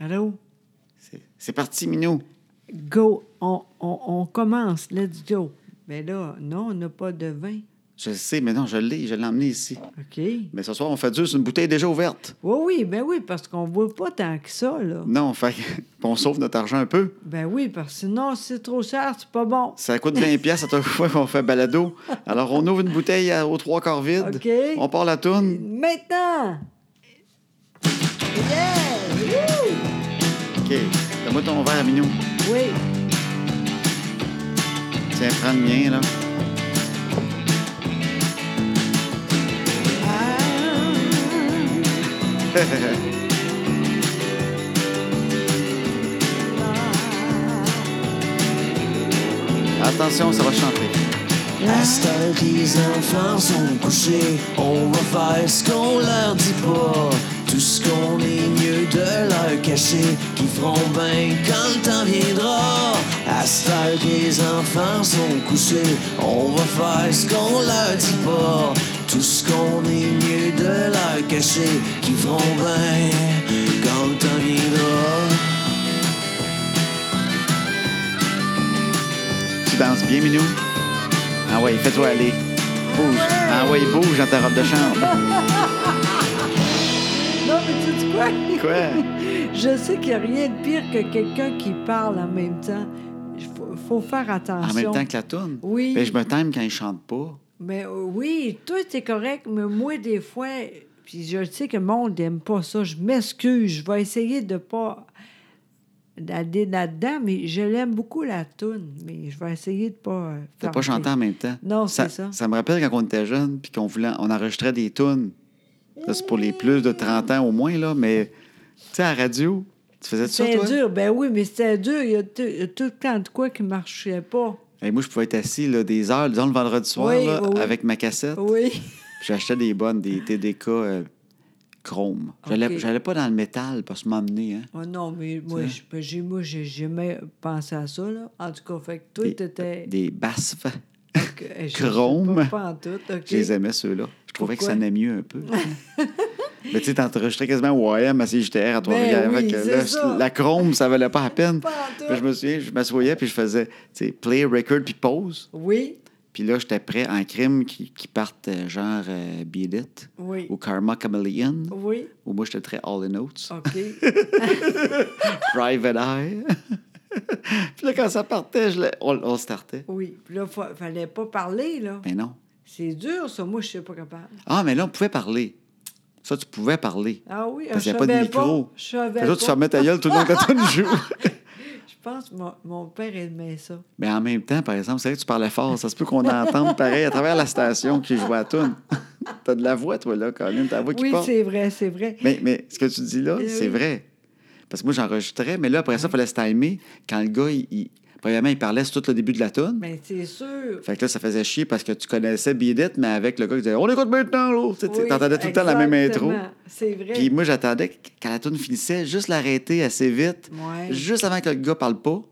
Allô? C'est- C'est parti, Minou. Go! On, on- on commence. Let's go. Mais là, non, on n'a pas de vin. Je le sais, mais non, je l'ai, je l'ai emmené ici. OK. Oui, Mais ce soir, on fait dur, c'est une bouteille déjà ouverte. oui, ben oui, parce qu'on ne voit pas tant que ça, là. Non, fait que- on sauve notre argent un peu. Ben oui, parce que sinon, si c'est trop cher, c'est pas bon. Ça coûte 20 pièces à chaque fois qu'on fait balado. Alors, on ouvre une bouteille à- aux trois quarts vide. OK. On part la toune. Maintenant! Yeah! Wouh! OK. Donne-moi ton verre, Minou. Oui. Tiens, prends le mien, là. Ah, Attention, ça va chanter. À cette heure que les enfants sont couchés, on va faire ce qu'on leur dit pas. Tout ce qu'on est mieux de leur cacher, qui feront bien quand le temps viendra. À cette heure que les enfants sont couchés, on va faire ce qu'on leur dit pas. Tout ce qu'on est mieux de leur cacher, qui feront bien quand le temps viendra. Tu danses bien, Minou? Ah ouais, fais-toi aller. Bouge. Ah ouais, bouge dans ta robe de chambre. Non, mais tu dis quoi? Quoi? Je sais qu'il n'y a rien de pire que quelqu'un qui parle en même temps. Il faut, faut faire attention. En même temps que la toune? Oui. Ben, je me time quand ils chantent pas. Mais euh, oui, toi, t'es correct, mais moi, des fois, puis je sais que le monde n'aime pas ça. Je m'excuse. Je vais essayer de pas d'aller là-dedans, mais je l'aime beaucoup, la toune. Mais je vais essayer de pas... euh, T'as pas farper. chanté en même temps. Non, c'est ça. Ça me rappelle quand on était jeune, puis qu'on voulait, on enregistrait des tunes. Ça, c'est pour les plus de 30 ans au moins, là, mais tu sais, à la radio, tu faisais ça, C'était toi? dur. Ben oui, mais c'était dur. Il y, a tout- il y a tout le temps de quoi qui ne marchait pas. Et moi, je pouvais être assis là, des heures, disons le vendredi soir, Oui, là, oui, oui. avec ma cassette. Oui. Puis J'achetais des bonnes, des TDK euh, chrome. J'allais Ok. j'allais pas dans le métal parce que m'emmener, hein. Oh non, mais moi, je- ben, j'ai moi, j'ai jamais pensé à ça, là. En tout cas, fait que toi, Des- t'étais... Des basses. Ok, je sais Chrome. Pas, pas en tout, OK. Je les aimais, ceux-là. Je trouvais Pourquoi? que ça allait mieux un peu. Mais tu sais, t'enregistrais quasiment au AM à CJTR à Trois-Rivières. Ben oui, Fait que c'est là, ça. la chrome, ça valait pas la peine. Pas en tout. Puis Ben, je me souviens, je m'assoyais puis je faisais tu sais, play, record puis pause. Oui, Puis là, j'étais prêt en crime qui, qui partent euh, genre euh, Beat It Oui. ou Karma Chameleon. oui, Ou moi, j'étais très All in Notes. OK. Private Eye. puis là, quand ça partait, je le- on, on startait. oui. Puis là, fa- fallait pas parler, là. Mais non. C'est dur, ça. Moi, je suis pas capable. Ah, mais là, on pouvait parler. Ça, tu pouvais parler. Ah oui, ah, Parce je qu'il n'y a pas de savais micro. Je savais Fait que pas. toi, tu fermais ta gueule tout le long que tu le jeu. Je pense que mon, mon père aimait ça. Mais en même temps, par exemple, c'est vrai que tu parlais fort. Ça se peut qu'on entende pareil à travers la station qui joue à Toon. T'as de la voix, toi, là, Colin. T'as la voix qui Oui, part. c'est vrai, c'est vrai. Mais, mais ce que tu dis là, Eh c'est oui. vrai. Parce que moi, j'enregistrais, mais là, après ça, il fallait se timer. Quand le gars, il, il- premièrement, il parlait sur tout le début de la toune. Mais c'est sûr. Fait que là, ça faisait chier parce que tu connaissais Bidit, mais avec le gars qui disait On écoute maintenant, là. Tu sais, Oui, T'entendais tout le temps la même intro. exactement. C'est vrai. Puis moi, j'attendais que- quand la toune finissait, juste l'arrêter assez vite, Ouais. juste avant que le gars parle pas.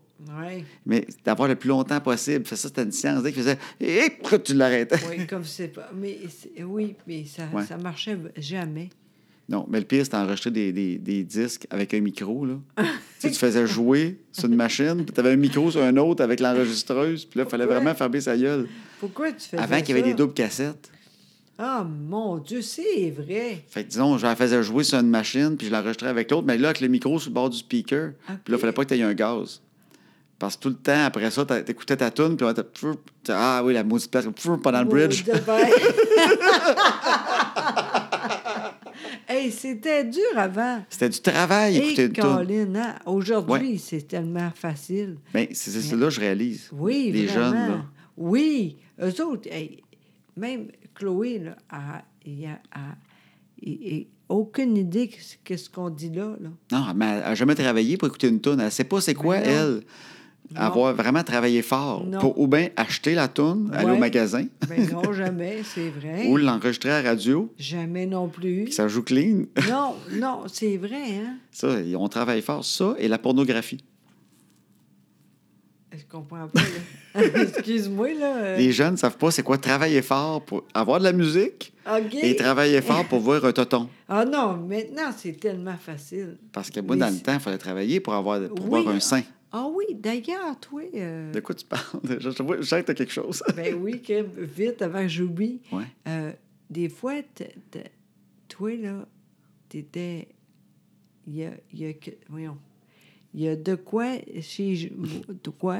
Ouais. Mais d'avoir le plus longtemps possible. Fait ça, c'était une science. Dès qu'il faisait Et pourquoi tu l'arrêtais Oui, comme c'est pas. Mais c'est- oui, mais ça, Ouais. ça marchait jamais. Non, mais le pire, c'était enregistrer des, des- des disques avec un micro. Là. tu sais, tu faisais jouer sur une machine, puis tu avais un micro sur un autre avec l'enregistreuse, puis là, il fallait Ouais. vraiment fermer sa gueule. Pourquoi tu faisais Avant qu'il y avait ça? des doubles cassettes. Ah mon Dieu, c'est vrai. Fait que disons, je la faisais jouer sur une machine, puis je l'enregistrais avec l'autre, mais là, avec le micro sur le bord du speaker, puis là, il fallait pas que tu aies un gaz. Parce que tout le temps, après ça, t'a- t'écoutais ta tune, puis là, t'as- pfff, t'as- Ah oui, la maudite place, pfff, pas dans le bridge. Oh, de ben. hey, c'était dur avant. C'était du travail, écouter Hey, une tune. Colin, hein? aujourd'hui, Ouais. c'est tellement facile. Mais c'est c'est là que je réalise. Oui, Les vraiment. jeunes, là. Oui, eux autres, hey, même Chloé, là, a, il a, a- il- il- aucune idée que ce- que ce qu'on dit là. là. Non, mais elle n'a jamais travaillé pour écouter une toune. Elle ne sait pas c'est quoi, non. elle. Avoir vraiment travaillé fort Non. pour ou bien acheter la toune, aller au Ouais. magasin, Ben non, jamais, c'est vrai. ou l'enregistrer à la radio, Jamais non plus. puis ça joue clean. Non, non, c'est vrai, hein? Ça, on travaille fort. Ça et la pornographie. Je comprends pas. là. Excuse-moi, là. euh, Les jeunes ne savent pas c'est quoi travailler fort pour avoir de la musique OK. et travailler fort pour voir un toton. Ah non, maintenant, c'est tellement facile. Parce que moi, Mais dans le c'est- temps, il fallait travailler pour avoir pour Oui. voir un sein. Ah oui, d'ailleurs, toi... euh, De quoi tu parles? Je, je vois- je sais que t'as quelque chose. ben oui, que vite, avant que j'oublie. Ouais. Euh, des fois, t- t- toi, là, t'étais... Il y a, il y a que- Voyons. Il y a de quoi chez de quoi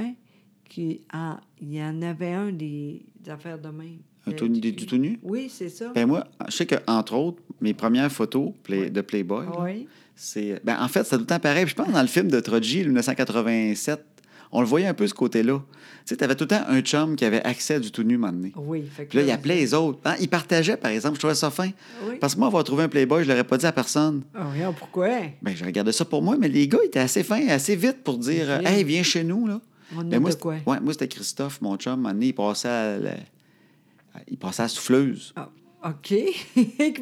qui en- il y en avait un des, des affaires de même. Euh, Un tout- des- du tout nu? Oui, c'est ça. Ben moi, je sais qu'entre autres, mes premières photos Play- de Playboy, là, Ah oui. c'est. Ben, en fait, c'est tout le temps pareil. Puis Je pense dans le film de Trogi, le 1987, on le voyait un peu ce côté-là. Tu sais, t'avais tout le temps un chum qui avait accès à du tout nu m'amener. Oui, fait que ah Puis là, il appelait les autres. Hein, Il partageait, par exemple. Je trouvais ça fin. Oui. Parce que moi, avoir trouvé un Playboy, je l'aurais pas dit à personne. Ah, regarde, pourquoi? Ben, je regardais ça pour moi, mais les gars étaient assez fins, assez vite pour dire Ok. Hey, viens chez nous. Là. On a Ben, moi, de c'était- quoi? ouais, moi, c'était Christophe, mon chum. un moment donné, il passait à la... il passait à la souffleuse. Ah, OK.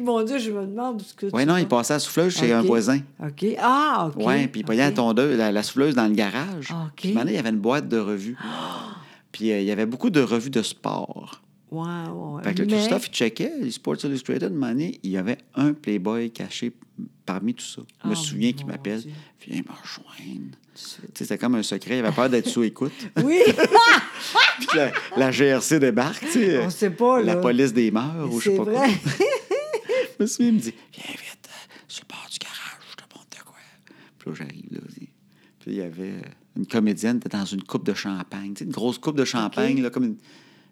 Mon Dieu, je me demande où ce que Oui, tu non, vas. il passait à la souffleuse chez un Ok. voisin. OK. Ah, OK. Ouais, puis il payait OK. la tondeuse, la, la souffleuse dans le garage. Ah, ok. Puis, un moment donné, il y avait une boîte de revues. Puis euh, il y avait beaucoup de revues de sport. Ouais, ouais, ouais. Fait que là, Mais- Christophe, il checkait les Sports Illustrated, un moment donné, il y avait un Playboy caché parmi tout ça. Je me Ah, souviens qu'il mon m'appelle. Dieu. Viens me rejoindre. Tu sais, C'était comme un secret. Il avait peur d'être sous écoute. Oui, Puis la, la GRC débarque, tu sais. On sait pas, La là. police des mœurs ou je sais c'est pas vrai. quoi. Je me souviens, il me dit Viens vite, euh, sur le bord du garage, je te montre de quoi. Puis là, j'arrive là. c'est- Puis il y avait euh, une comédienne, qui était dans une coupe de champagne, tu sais, une grosse coupe de champagne, là, comme une,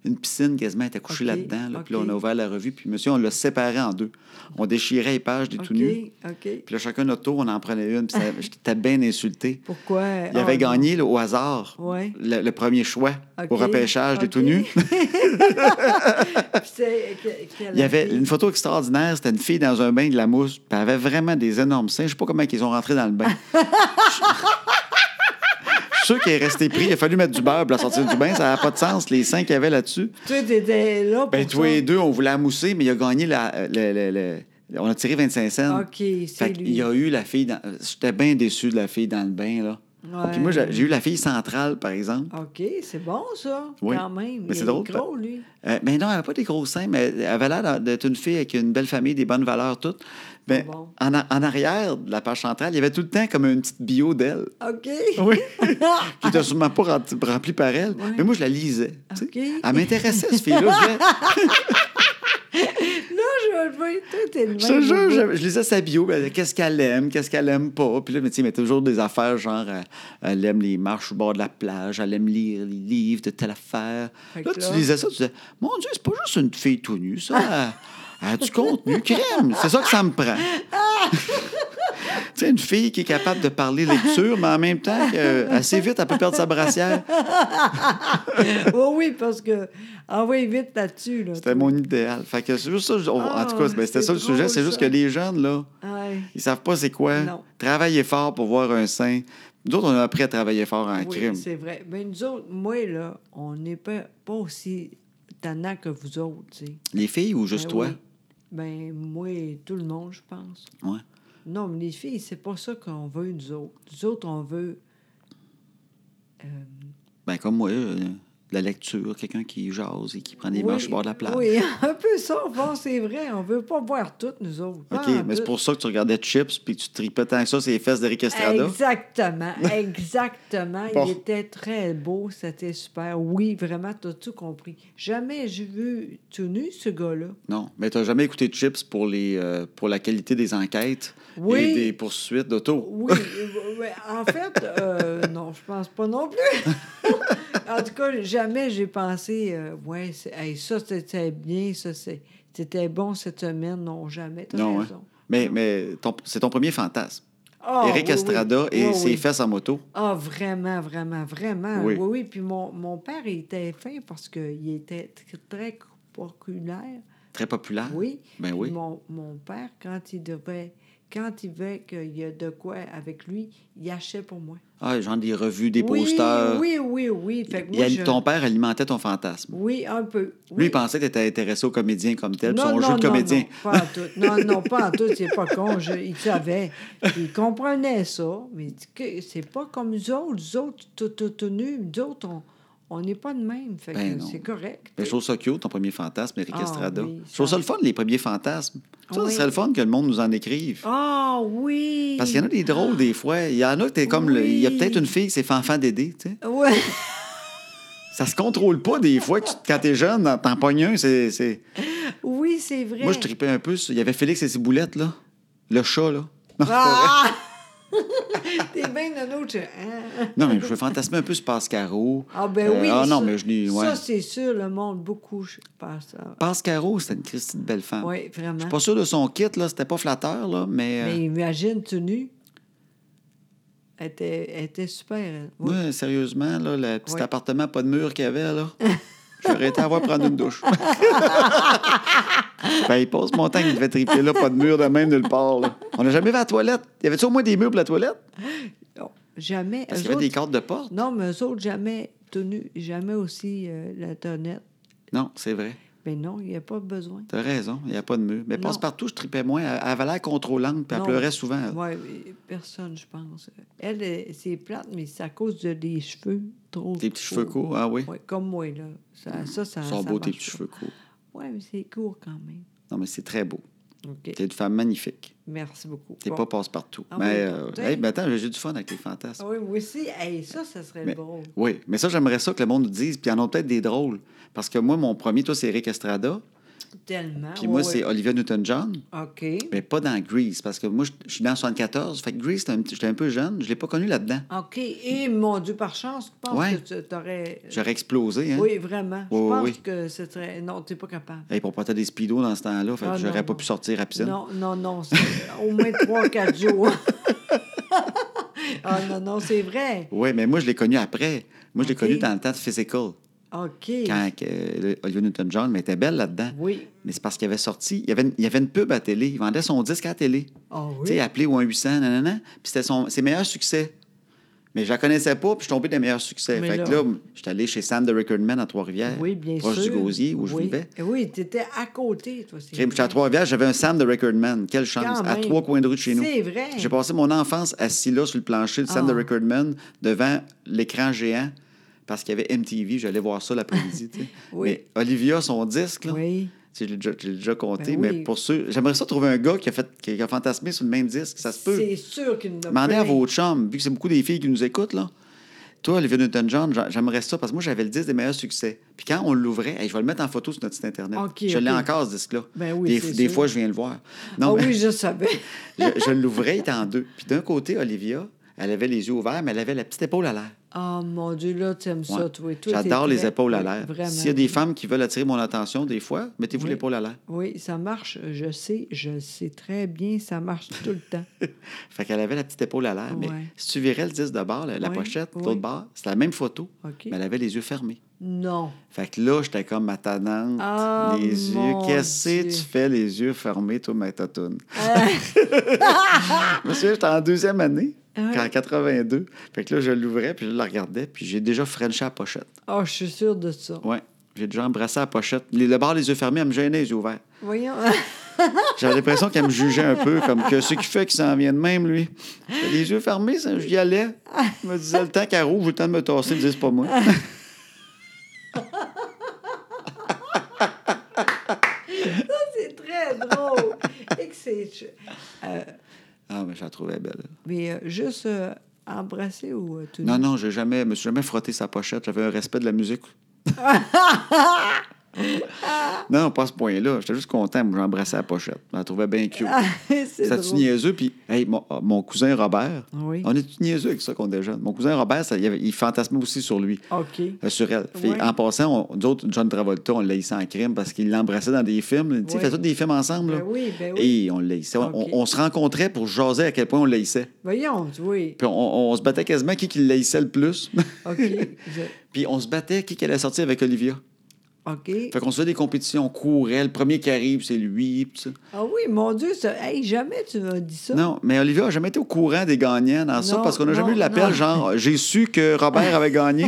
une piscine quasiment, elle était couchée Ok, là-dedans. là. Puis là, ok. on a ouvert la revue, puis monsieur, on l'a séparé en deux. On déchirait les pages des tout nus. OK, OK. Puis là, chacun notre tour, on en prenait une. Puis ça- j'étais bien insulté. Pourquoi? Ah, Il avait gagné là, au hasard Oh Ouais. le, le premier choix au Ok, repêchage des ok. euh, tout nus. Il Il y avait une photo extraordinaire, c'était une fille dans un bain de la mousse, puis elle avait vraiment des énormes seins. Je sais pas comment ils ont rentré dans le bain. Je je suis sûr qu'elle est restée pris. Il a fallu mettre du beurre pour la sortir du bain. Ça n'a pas de sens, les seins qu'il y avait là-dessus. Toi, t'étais là pour Ben, tous ça. les deux, on voulait amousser, mais il a gagné la, euh, le- le- le- On a tiré 25 cents. OK, c'est Fait lui. qu'il y a eu la fille... dans- J'étais bien déçu de la fille dans le bain, là. Ouais. Puis moi, j'ai j'ai eu la fille centrale, par exemple. OK, c'est bon, ça, Oui. quand même. Mais Il c'est est drôle, gros, lui. Euh, ben non, elle n'avait pas des gros seins, mais elle avait l'air d'être une fille avec une belle famille, des bonnes valeurs, toutes. Ben, Ah bon? en, a- en arrière de la page centrale, il y avait tout le temps comme une petite bio d'elle, OK. Oui. qui n'était sûrement pas rem- remplie par elle. Mais moi, je la lisais. tu sais. OK. Elle m'intéressait, cette fille-là. Je disais- Là, je vais toi, t'es le Je même te jure, niveau. je, je lisais sa bio, ben, qu'est-ce qu'elle aime, qu'est-ce qu'elle aime pas. Puis là, mais tu sais, mais toujours des affaires genre, elle, elle aime les marches au bord de la plage, elle aime lire les livres de telle affaire. Fait Là, que tu là- lisais ça, tu disais, mon Dieu, c'est pas juste une fille tout nue, ça. Elle, elle a du contenu, crème. C'est ça que ça me prend. Tu sais, une fille qui est capable de parler lecture, mais en même temps, que, euh, assez vite, elle peut perdre sa brassière. Oui, oui, parce que... Ah oui, vite là-dessus, là. C'était mon idéal. Fait que c'est juste ça. on- en tout cas, Ah, ben, c'était c'est ça le drôle, sujet. C'est juste ça. que les jeunes, là. Ouais. Ils savent pas c'est quoi. Non. Travailler fort pour voir un sein. Nous autres, on a appris à travailler fort en Oui, crime. c'est vrai. Mais nous autres, moi, là, on n'est pas, pas aussi tannant que vous autres, tu sais. Les filles ou juste Ben toi? oui. Ben, moi et tout le monde, je pense. Ouais. Non, mais les filles, c'est pas ça qu'on veut, nous autres. Nous autres, on veut. Ben, comme moi, euh, de la lecture, quelqu'un qui jase et qui prend des Oui, marches au bord de la plage. Oui, un peu ça, on pense, c'est vrai. On veut pas voir toutes, nous autres. OK, Pas en mais c'est tout. pour ça que tu regardais Chips puis que tu tripais tant que ça, c'est les fesses d'Eric Estrada. Exactement, exactement. Bon. Il était très beau, c'était super. Oui, vraiment, t'as tout compris. Jamais j'ai vu tout nu, ce gars-là. Non, mais tu jamais écouté Chips pour, les, euh, pour la qualité des enquêtes Oui. et des poursuites d'auto. Oui, euh, ouais, en fait, euh, non, je pense pas non plus. en tout cas, jamais j'ai pensé, euh, ouais, c'est- hey, ça c'était bien, ça c'est- c'était bon cette semaine, non, jamais. T'as Non, hein. raison. Mais, mais ton- c'est ton premier fantasme. Ah, Eric oui, oui. Estrada et Oui, ses oui. fesses en moto. Ah, vraiment, vraiment, vraiment. Oui. Oui, oui. Puis mon, mon père, il était fin parce qu'il était tr- très populaire. Très populaire. Oui. Ben Puis oui. Mon, mon père, quand il devait, quand il veut qu'il y a de quoi avec lui, il achète pour moi. Ah, genre des revues, des oui, posters. Oui, oui, oui. Fait que Il- moi, il- je- Ton père alimentait ton fantasme. Oui, un peu. Lui, Oui. il pensait que tu étais intéressé au comédien comme tel, puis Non, son non, jeu de non, comédien. Non, pas en tout. Non, non, pas en tout. C'est pas con. Je- il savait. Il comprenait ça. Mais il dit que c'est pas comme nous autres. Nous autres, tout, tout, tout nus. Nous autres, on- on n'est pas de même. Fait Ben que non. c'est correct. Mais je trouve ça cute, ton premier fantasme, Eric Ah, Estrada. oui, je trouve ça- ça le fun, les premiers fantasmes. Ça, Oui. ce serait le fun que le monde nous en écrive. Ah oui! Parce qu'il y en a des drôles, des fois. Il y en a que t'es comme. le- Il y a Oui. peut-être une fille qui s'est fait enfant d'aider, tu sais. Ouais. Ça se contrôle pas, des fois. que tu- Quand t'es jeune, t'en pognes un, c'est. c'est- Oui, c'est vrai. Moi, je tripais un peu. sur- Il y avait Félix et ses boulettes, là. Le chat, là. Non, Ah! T'es bien d'un autre. hein? non, mais je fantasmais un peu sur Pascaro. Ah ben Euh, oui. ah non, ça- mais je l'ai. Ouais. Ça, c'est sûr, le monde, beaucoup, je pense. ah. Pascaro, c'était une Christine belle femme. Oui, Ah. Je vraiment. suis Hein? pas sûr de son kit, là. C'était pas flatteur, là, mais. euh, Mais imagine, tout nu. Elle était, elle était super. elle. Oui. Moi, sérieusement, là, le petit Oui. appartement pas de mur qu'il y avait, là, j'aurais été à voir prendre une douche. ben, il passe mon temps qu'il devait triper, là, pas de mur de même nulle part, là. On n'a jamais vu à la toilette. Y avait-tu au moins des murs pour la toilette? Non, Oh, jamais. Parce Eux qu'il y avait des autres- cartes de porte. Non, mais eux autres, jamais tout nu, jamais aussi euh, la tonnette. Non, c'est vrai. Mais non, il n'y a pas besoin. T'as raison, il n'y a pas de mur. Mais Non. passe-partout, je tripais moins. Elle elle avait l'air contrôlante, puis elle Non. pleurait souvent. elle. Oui, personne, je pense. Elle, elle, c'est plate, mais c'est à cause de des cheveux trop. Tes petits cheveux courts, ah oui. Oui, comme moi, là. Ça, ça, ça Ils sont beaux, tes petits cheveux. cheveux courts. Oui, mais c'est court quand même. Non, mais c'est très beau. OK. T'es une femme magnifique. Merci beaucoup. T'es Bon. pas passe-partout. Ah, mais, oui, euh, t'es- hey, ben, attends, j'ai du fun avec les fantasmes. Ah Oui, moi aussi. Hey, ça, ça serait Mais- drôle. Oui, mais ça, j'aimerais ça que le monde nous dise. Puis il y en a peut-être des drôles. Parce que moi, mon premier, toi, c'est Eric Estrada. Tellement. Puis moi, Ah Ouais, c'est ouais. Olivia Newton-John. OK. Mais pas dans Grease. Parce que moi, je je suis dans 74. Fait que Grease, c'était un petit- j'étais un peu jeune. Je l'ai pas connu là-dedans. OK. Et mon Dieu, par chance, je pense Ouais. que tu aurais. J'aurais explosé. Hein? Oui, vraiment. Oui, je pense oui. que ce serait. Non, tu n'es pas capable. Hey, puis on portait des speedos dans ce temps-là. Fait que Ah, j'aurais non, pas non. pu sortir à piscine. Non, non, non. c'est Au moins trois, quatre jours. Ah non, non, c'est vrai. Oui, mais moi, je l'ai connu après. Moi, je l'ai Ok. connu dans le temps de Physical. OK. Quand euh, le- Olivia Newton-John, mais elle était belle là-dedans. Oui. Mais c'est parce qu'il avait sorti. Il y avait, une, il y avait une pub à télé. Il vendait son disque à la télé. Ah Tu sais, oui. appelé ou un 800, nanana. Puis c'était son, ses meilleurs succès. Mais je la connaissais pas, puis je suis tombé des meilleurs succès. Mais fait que là- là, je suis allé chez Sam the Recordman à Trois-Rivières. Oui, bien proche sûr. du Gosier, où je Oui. Eh vivais. Oui, tu étais à côté, toi. c'est Crime, J'étais à vrai. Trois-Rivières, j'avais un Sam the Recordman. Quelle chance. Quand À même. trois coins de rue de chez nous. C'est vrai. J'ai passé mon enfance assis là sur le plancher de Sam Ah. the Recordman devant l'écran géant parce qu'il y avait MTV. J'allais voir ça l'après-midi. tu sais. Oui. Mais Olivia, son disque, là, Oui. tu sais, je l'ai déjà, je l'ai déjà compté. Ben mais oui. pour ceux. J'aimerais ça trouver un gars qui a, fait, qui a fantasmé sur le même disque. Ça se peut. C'est sûr qu'il nous a Demandez à plein. vos chums, vu que c'est beaucoup des filles qui nous écoutent, là. Toi, Olivia Newton-John, j'a- j'aimerais ça parce que moi, j'avais le disque des meilleurs succès. Puis quand on l'ouvrait, hey, je vais le mettre en photo sur notre site Internet. Ok, je l'ai ok. encore, ce disque-là. Ben oui, des, c'est des sûr. fois, je viens le voir. Ah Non, mais oui, je savais. je, je l'ouvrais, il était en deux. Puis d'un côté, Olivia, elle avait les yeux ouverts, mais elle avait la petite épaule à l'air. Ah, mon Dieu, là, tu aimes ça, Ouais. toi. Toi, J'adore t'es les très- épaules à oui, l'air. Vraiment. S'il y a des femmes qui veulent attirer mon attention, des fois, mettez-vous Oui. l'épaule à l'air. Oui, ça marche, je sais, je sais très bien, ça marche tout le temps. Fait qu'elle avait la petite épaule à l'air. Mais Ouais. si tu virais le disque de bord, la, la Oui, pochette, oui. l'autre barre, c'est la même photo, OK. mais elle avait les yeux fermés. Non. Fait que là, j'étais comme ma tanante. Ah, les yeux. mon Qu'est-ce que Dieu. Euh. tu fais les yeux fermés, toi, ma tatoune? Je me souviens, j'étais en deuxième année, Ah ouais. en 82. Fait que là, je l'ouvrais, puis je la regardais, puis j'ai déjà frenché la pochette. Ah, je suis sûre de ça. Ouais. J'ai déjà embrassé la pochette. Les- Le bord, les yeux fermés, elle me gênait, les yeux ouverts. Voyons. J'avais l'impression qu'elle me jugeait un peu, comme que ce qui fait qu'il s'en vient de même, lui. Les yeux fermés, ça, j'y allais. Je me disais, le temps qu'elle rouvre, le temps de me tasser, me disais, c'est pas moi. c'est très drôle. Et que c'est- Ah, mais je la trouvais belle. Mais euh, juste euh, embrasser ou euh, tout Non, nu? non, je jamais, me suis jamais frotté sa pochette. J'avais un respect de la musique. non, pas à ce point-là. J'étais juste content. Moi, j'embrassais la pochette. Je la trouvais bien cute. Ah, c'est C'était-tu drôle. niaiseux? Puis, hey, mon, ah, mon cousin Robert, Oui. on est-tu niaiseux avec ça qu'on est jeune? Mon cousin Robert, ça, il, avait- il fantasmait aussi sur lui. OK. euh, Sur elle. Fait, Ouais. En passant, on, nous autres, John Travolta, on le laissait en crime parce qu'il l'embrassait dans des films. Tu sais, Ouais. Il faisait tous des films ensemble. là. Ben oui, ben oui. Et on le laissait. On- Ok. On, on se rencontrait pour jaser à quel point on le laissait. Voyons, oui. Puis on, on se battait quasiment qui, qui le laissait le plus. OK. Je- Puis on se battait qui qu'elle allait sortir avec Olivia. OK. Fait qu'on se fait des compétitions, on courait, le premier qui arrive, c'est lui, pis ça. Ah oui, mon Dieu, ça... Hey, jamais tu m'as dit ça. Non, mais Olivia n'a jamais été au courant des gagnants dans ça Non, parce qu'on n'a non, jamais eu l'appel non. genre j'ai su que Robert avait gagné.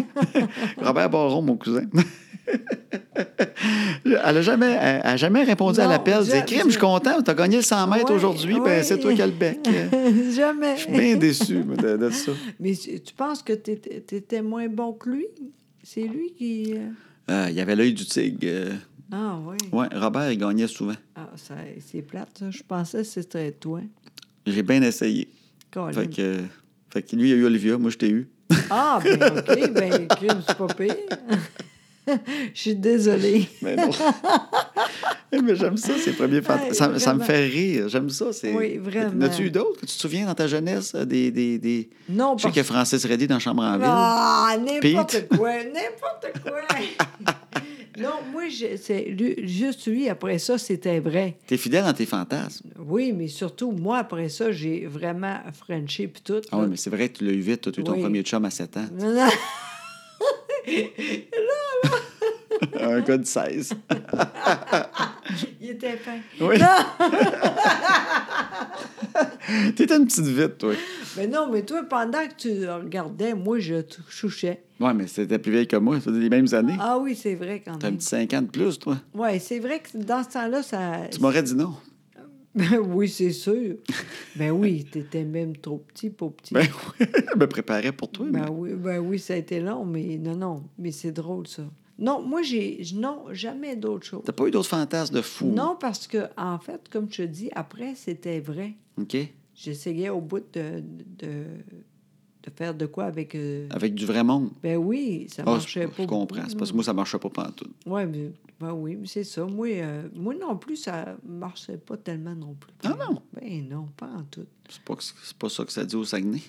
Robert Baron, mon cousin. elle n'a jamais, elle a jamais répondu à Non, l'appel. je- C'est crime, je suis content, tu as gagné le 100 mètres Ouais, aujourd'hui, ben ouais. c'est toi qui as le bec. Je jamais. suis bien déçu moi, de, de ça. Mais tu tu penses que tu étais moins bon que lui? C'est lui qui. euh, Euh, Il y avait l'œil du tigre. euh, Ah oui. ouais, Robert, il gagnait souvent. Ah, ça- c'est plate, ça. Je pensais que c'était toi. J'ai bien essayé. Colin. Fait que, euh, fait que lui, il y a eu Olivia, moi, je t'ai eu. Ah, ben OK, ben, crime, c'est pas pire. Je suis désolée. Mais non. Eh, Mais j'aime ça, ces premiers fantasmes. Ouais, ça, ça me vraiment. fait rire. J'aime ça. c'est- Oui, vraiment. N'as-tu eu d'autres que tu te souviens dans ta jeunesse? euh, Des, des, des... Non, parce- Je sais qu'il y a Francis Reddy dans Chambre en ville. Ah, n'importe Pete. quoi, n'importe quoi. non, moi, je- c'est lui- juste lui, après ça, c'était vrai. T'es fidèle dans tes fantasmes. Oui, mais surtout, moi, après ça, j'ai vraiment Frenché puis tout. Ah là. oui, mais c'est vrai que tu l'as eu vite. toi, Tu as eu ton Oui. premier chum à 7 ans. Non, non. Un gars de 16. Il était fin. Oui. T'étais une petite vite, toi. Mais Ben non, mais toi, pendant que tu le regardais, moi, je te chouchais. Oui, mais c'était plus vieille que moi. C'était les mêmes années. Ah oui, c'est vrai quand T'as un même. petit 5 ans de plus, toi. Oui, c'est vrai que dans ce temps-là, ça. Tu m'aurais dit non. Ben oui, c'est sûr. Ben oui, t'étais même trop petit pour petit. Ben oui, je me préparais pour toi. Ben mais- oui, ben oui, ça a été long, mais non, non, mais c'est drôle ça. Non, moi j'ai j- non jamais d'autre chose. T'as pas eu d'autres fantasmes de fou? Non, parce que en fait, comme je te dis, après c'était vrai. OK? J'essayais au bout de, de, de faire de quoi avec. euh, Avec du vrai monde. Ben oui, ça Ah, marchait je, pas. Mm. je comprends. C'est parce que moi, ça marchait pas pantoute. Ouais, mais, ben oui, mais c'est ça. Moi, euh, moi non plus, ça marchait pas tellement non plus. Ah non? Ben non, pas en tout. C'est pas, que- c'est pas ça que ça dit au Saguenay.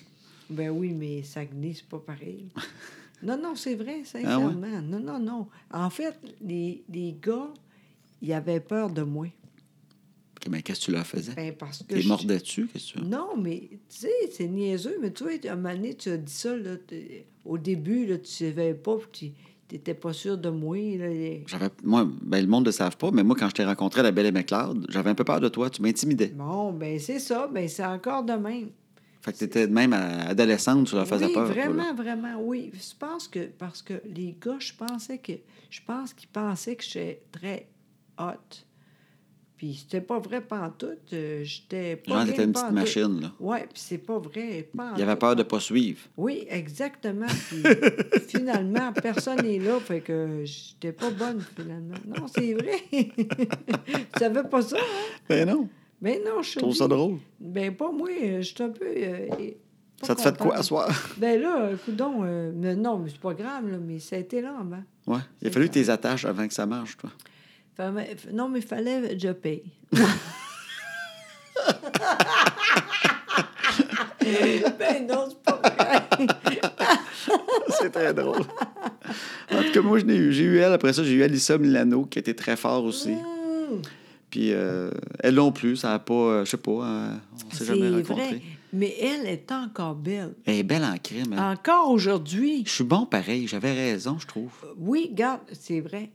Ben oui, mais Saguenay, c'est pas pareil. non, non, c'est vrai, Ah ouais? sincèrement. Non, non, non. En fait, les, les gars, ils avaient peur de moi. Ok, mais qu'est-ce que tu leur faisais? Ben, parce que T'es je- mordais-tu? Qu'est-ce que tu... Non, mais tu sais, c'est niaiseux, mais toi, à un moment donné, tu as dit ça, là, t- au début, là, tu savais pas, puis tu n'étais pas sûr de moi. Là, et- J'avais... Moi, ben, le monde ne le savent pas, mais moi, quand je t'ai rencontré à la Belle et McLeod, j'avais un peu peur de toi. Tu m'intimidais. Bon, ben c'est ça, ben c'est encore de même. Fait que t'étais même à- adolescente, tu leur faisais oui, peur. toi, là. vraiment, vraiment, oui. Je pense que, parce que les gars, je pensais que, je pense qu'ils pensaient que j'étais très hot. Puis c'était pas vrai pantoute, euh, j'étais pas Genre, rien t'étais une petite pantoute. machine, là. Ouais, puis c'est pas vrai Il avait peur de pas suivre. Oui, exactement. Puis finalement, personne n'est là, fait que j'étais pas bonne finalement. Non, c'est vrai. tu savais pas ça, hein? Ben non, Ben non, je je suis. trouve ça drôle. Ben pas moi, je suis un peu. euh, pas Ça te fait de quoi contente. à soir? Ben là, coudon, euh, mais non, mais c'est pas grave, là, mais ça a été hein. long avant. Ouais. Il a C'est fallu ça. que tu les attaches avant que ça marche, toi. Fait- mais- f- non, mais fallait que je paye. ben non, c'est pas vrai. C'est très drôle. En tout cas, moi, je l'ai eu. j'ai eu elle. Après ça, j'ai eu Alissa Milano, qui était très fort aussi. Hum, Puis euh, elle non plus, ça n'a pas, euh, je sais pas, euh, on s'est jamais c'est rencontrés. vrai. Mais elle est encore belle. Elle est belle en crime. elle. Encore aujourd'hui. Je suis bon pareil, j'avais raison, je trouve. Oui, garde, c'est vrai.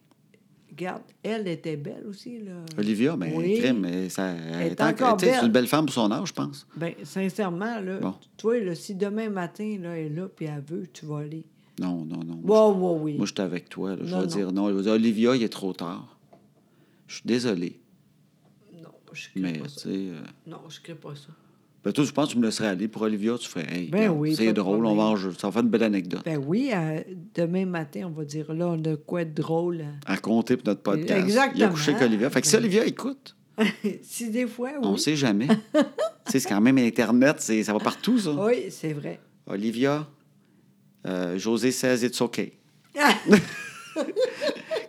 Garde, elle était belle aussi, là. Olivia, mais Oui. crime, elle, ça, elle est est en- encore tu sais, belle. C'est une belle femme pour son âge, je pense. Ben, sincèrement, là, Bon. toi, là, si demain matin, là, elle est là, puis elle veut, tu vas aller. Non, non, non. Moi, Wow, wow, oui. je- Moi, j'étais avec toi. là. Je Non, vais non. dire non. Je vais dire, Olivia, il est trop tard. Je suis désolé, Non, je crée mais pas tu ça. sais. euh, Non, je crée pas ça. ben, toi, je pense que tu me laisserais aller. Pour Olivia, tu ferais. Hey, Ben regarde, oui, pas C'est de drôle, on va en problème. jeu. Ça va faire une belle anecdote. Ben oui, euh, demain matin, on va dire là, on a quoi de drôle. hein. À compter pour notre podcast. Il a Exactement. couché avec Olivia. Fait que si Ben- Olivia écoute, si des fois, on oui. sait jamais. tu sais, c'est quand même Internet, c'est- ça va partout, ça. Oui, c'est vrai. Olivia, euh, José says it's okay. Ah!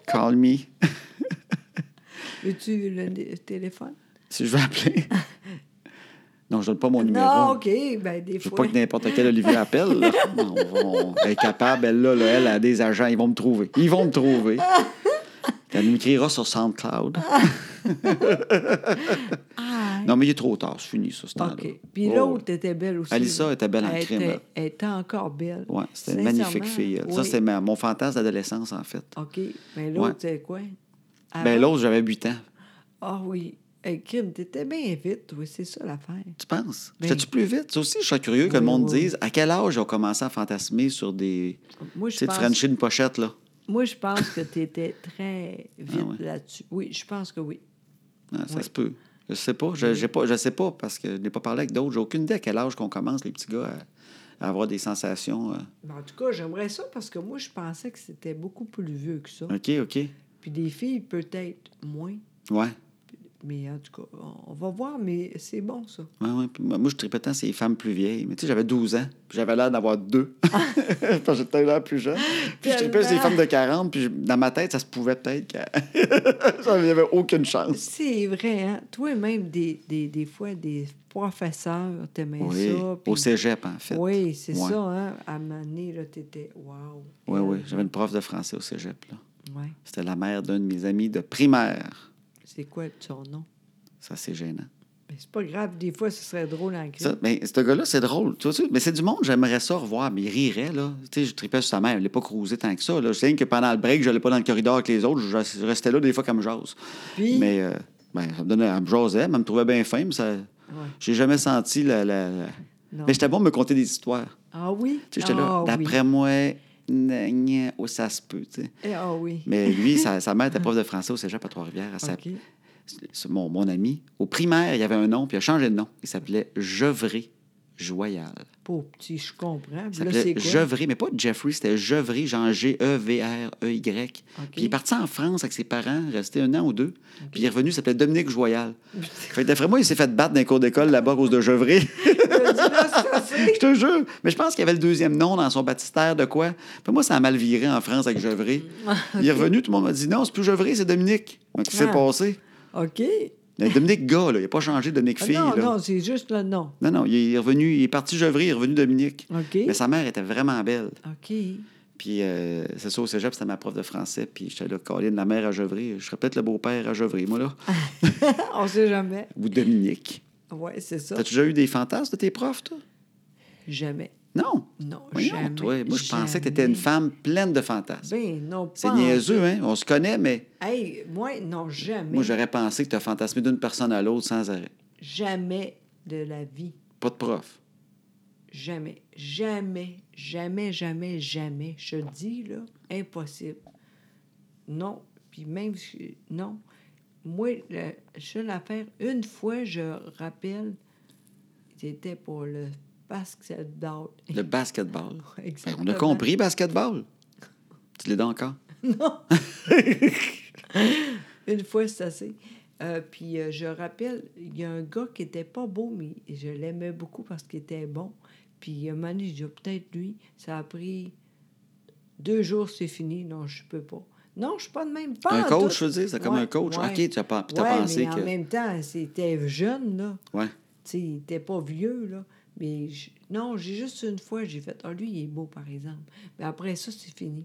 Call me. Veux-tu le né- téléphone? Si je veux appeler. Non, je donne pas mon numéro. Non, OK. Ben, des Je veux fois. pas que n'importe quel Olivia appelle. là. Non, on- on- elle est capable, elle, là, là, elle a des agents, ils vont me trouver. Ils vont me trouver. Elle m'écrira sur SoundCloud. Ah, Non, mais il est trop tard, c'est fini, ça, ce temps-là. OK. Puis Ouais, l'autre ouais. était belle aussi. Ah, oh. Alissa était belle en Elle crime, était- là. Elle était encore belle. Ouais, c'était une magnifique Sincèrement, fille. elle. Ça, oui. c'était ma- mon fantasme d'adolescence, en fait. OK. Mais l'autre, Ouais. c'était quoi? Ben, Avant- l'autre, j'avais 8 ans. Ah oui. Hey, Kim, t'étais bien vite, oui, c'est ça l'affaire. Tu penses? Ben- J'étais-tu plus vite? Ça aussi, je suis curieux que le Oui, monde oui. dise à quel âge ils ont commencé à fantasmer sur des. Moi, Tu je sais, de pense- Frencher une pochette, là. Moi, je pense que tu étais très vite Ah ouais. là-dessus. Oui, je pense que oui. Ah, ça Oui. se peut. Je sais pas. Je, j'ai pas. je sais pas parce que je n'ai pas parlé avec d'autres. J'ai aucune idée à quel âge qu'on commence, les petits gars, à, à avoir des sensations. euh. Mais en tout cas, j'aimerais ça parce que moi, je pensais que c'était beaucoup plus vieux que ça. OK, OK. Puis des filles, peut-être moins. Ouais. Mais en tout cas, on- on va voir, mais c'est bon, ça. Ouais, ouais. Puis moi, moi, je tripais tant ces femmes plus vieilles. Mais tu sais, j'avais 12 ans. Puis j'avais l'air d'avoir deux. Parce que j'étais l'air plus jeune. Puis je tripais sur des Tellement. femmes de 40. Puis je- dans ma tête, ça se pouvait peut-être que. n'y avait aucune chance. C'est vrai, hein? Toi-même, des, des, des fois, des professeurs t'aimaient Oui. ça. puis- Au cégep, en fait. Oui, c'est Ouais. ça, hein? À Mané, là, t'étais... Wow! Oui, oui. J'avais une prof de français au cégep, là. Ouais. C'était la mère d'un de mes amis de primaire. C'est quoi son nom? Ça, c'est gênant. Mais c'est pas grave, des fois, ce serait drôle en crise. Ça, ben, ce gars-là, c'est drôle. Tu vois, tu- mais c'est du monde, j'aimerais ça revoir. Mais il rirait, là. Tu sais, je tripais sur sa mère. Il l'ai pas cruisé tant que ça. Là. Je sais que pendant le break, je n'allais pas dans le corridor avec les autres. Je, je restais là des fois comme jase. Puis? Mais euh, ben, ça me donnait. Elle me jasait, elle me trouvait bien fin, mais ça. J'ai jamais senti la. la- la- Non. Mais j'étais bon de me conter des histoires. Ah oui? Tu sais, j'étais là. Ah oui. D'après moi, gna, gna, oh, ça se peut, tu sais. Eh, Ah oui. Mais lui, sa, sa mère était prof de français au cégep à Trois-Rivières. Elle OK. s'appelait- c'est mon, mon ami, au primaire, il avait un nom, puis il a changé de nom. Il s'appelait Gevrey Joyal. Pauvre petit, je comprends. Il Puis Là, c'est s'appelait quoi? Gevrey, mais pas Jeffrey, c'était Gevrey, genre E G-E-V-R-E-Y. OK. Puis il est parti en France avec ses parents, resté un an ou deux. Puis il est revenu, il s'appelait Dominique Joyal. fait que d'après moi, il s'est fait battre dans les cours d'école là-bas à cause de Gevrey. T'as dit, là, ça, c'est- Je te jure. Mais je pense qu'il y avait le deuxième nom dans son baptistère de quoi. Puis moi, ça a mal viré en France avec Gevrey. Il est revenu, tout le monde m'a dit non, c'est plus Gevrey, c'est Dominique. Qu'est-ce qui s'est Ah. passé? OK. Mais Euh, Dominique gars, là, il n'a pas changé de Dominique Ah, fille. non, là. non, c'est juste le nom. Non, non, il est revenu, il est parti Gevrey, il est revenu Dominique. OK. Mais sa mère était vraiment belle. OK. Puis euh, c'est ça, au cégep, c'était ma prof de français. Puis j'étais là, Colline, la mère à Gevrey. Je serais peut-être le beau-père à Gevrey, moi, Ah. là. On sait jamais. Ou Dominique. Oui, c'est ça. T'as-tu déjà eu des fantasmes de tes profs, toi? Jamais. Non. Non, Voyons, jamais. toi. Moi, je pensais que t'étais Jamais. une femme pleine de fantasmes. Ben non, pas C'est en- niaiseux, hein? On se connaît, mais Hey, moi, non, jamais. moi, j'aurais pensé que t'as fantasmé d'une personne à l'autre sans arrêt. Jamais de la vie. Pas de prof. Jamais. Jamais, jamais, jamais, jamais. Je te dis, là, impossible. Non. Puis même si... Non. Moi, la seule affaire, une fois, je rappelle, c'était pour le basketball. Le basketball. Ben, on a Exactement. compris, basketball. Tu l'es donc encore? Une fois, c'est assez. Euh, puis euh, je rappelle, il y a un gars qui était pas beau, mais je l'aimais beaucoup parce qu'il était bon. Puis un moment donné, je dis, Ah, peut-être lui, ça a pris deux jours, c'est fini. Non, je peux pas. Non, je suis pas de même. Pas Un en tout. coach, je veux dire, c'est comme un coach. OK, tu as pas- puis t'as Ouais, pensé mais en que- même temps, c'était jeune, là. Ouais. Tu sais, il était pas vieux, là. Mais je- non, j'ai juste une fois, j'ai fait, ah, lui, il est beau, par exemple. Mais après ça, c'est fini.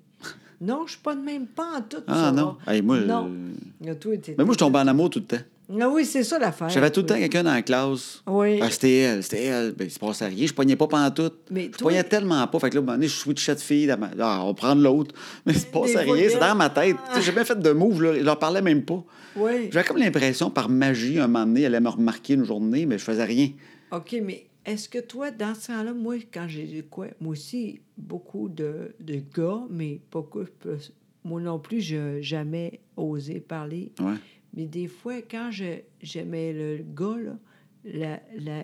non, je suis pas de même. Pas en tout. Ah ça non. va. Hey, moi, je- non. Ah, toi, t'étais- Mais Ben, moi, je tombais en amour tout le temps. Ah oui, c'est ça l'affaire. J'avais tout le temps quelqu'un dans la classe. Oui. Ah, c'était elle, c'était elle. Ben, il se passait rien. Je pognais pas pantoute. Mais je toi- pognais tellement pas. Fait que là, à un moment donné, je switchais de fille. dans ma- Ah, on va prendre l'autre. Mais il se passait fois, rien. C'est elle- dans ma tête. Tu sais, J'ai bien fait de move. Là. Je leur parlais même pas. Oui. J'avais comme l'impression, par magie, un moment donné, elle allait me remarquer une journée, mais je faisais rien. OK, mais est-ce que toi, dans ce temps-là, moi, quand j'ai dit quoi? Moi aussi, beaucoup de, de gars, mais beaucoup plus. Moi non plus, je jamais osé parler. Ouais. Mais des fois, quand je- j'aimais le gars, là, la, la,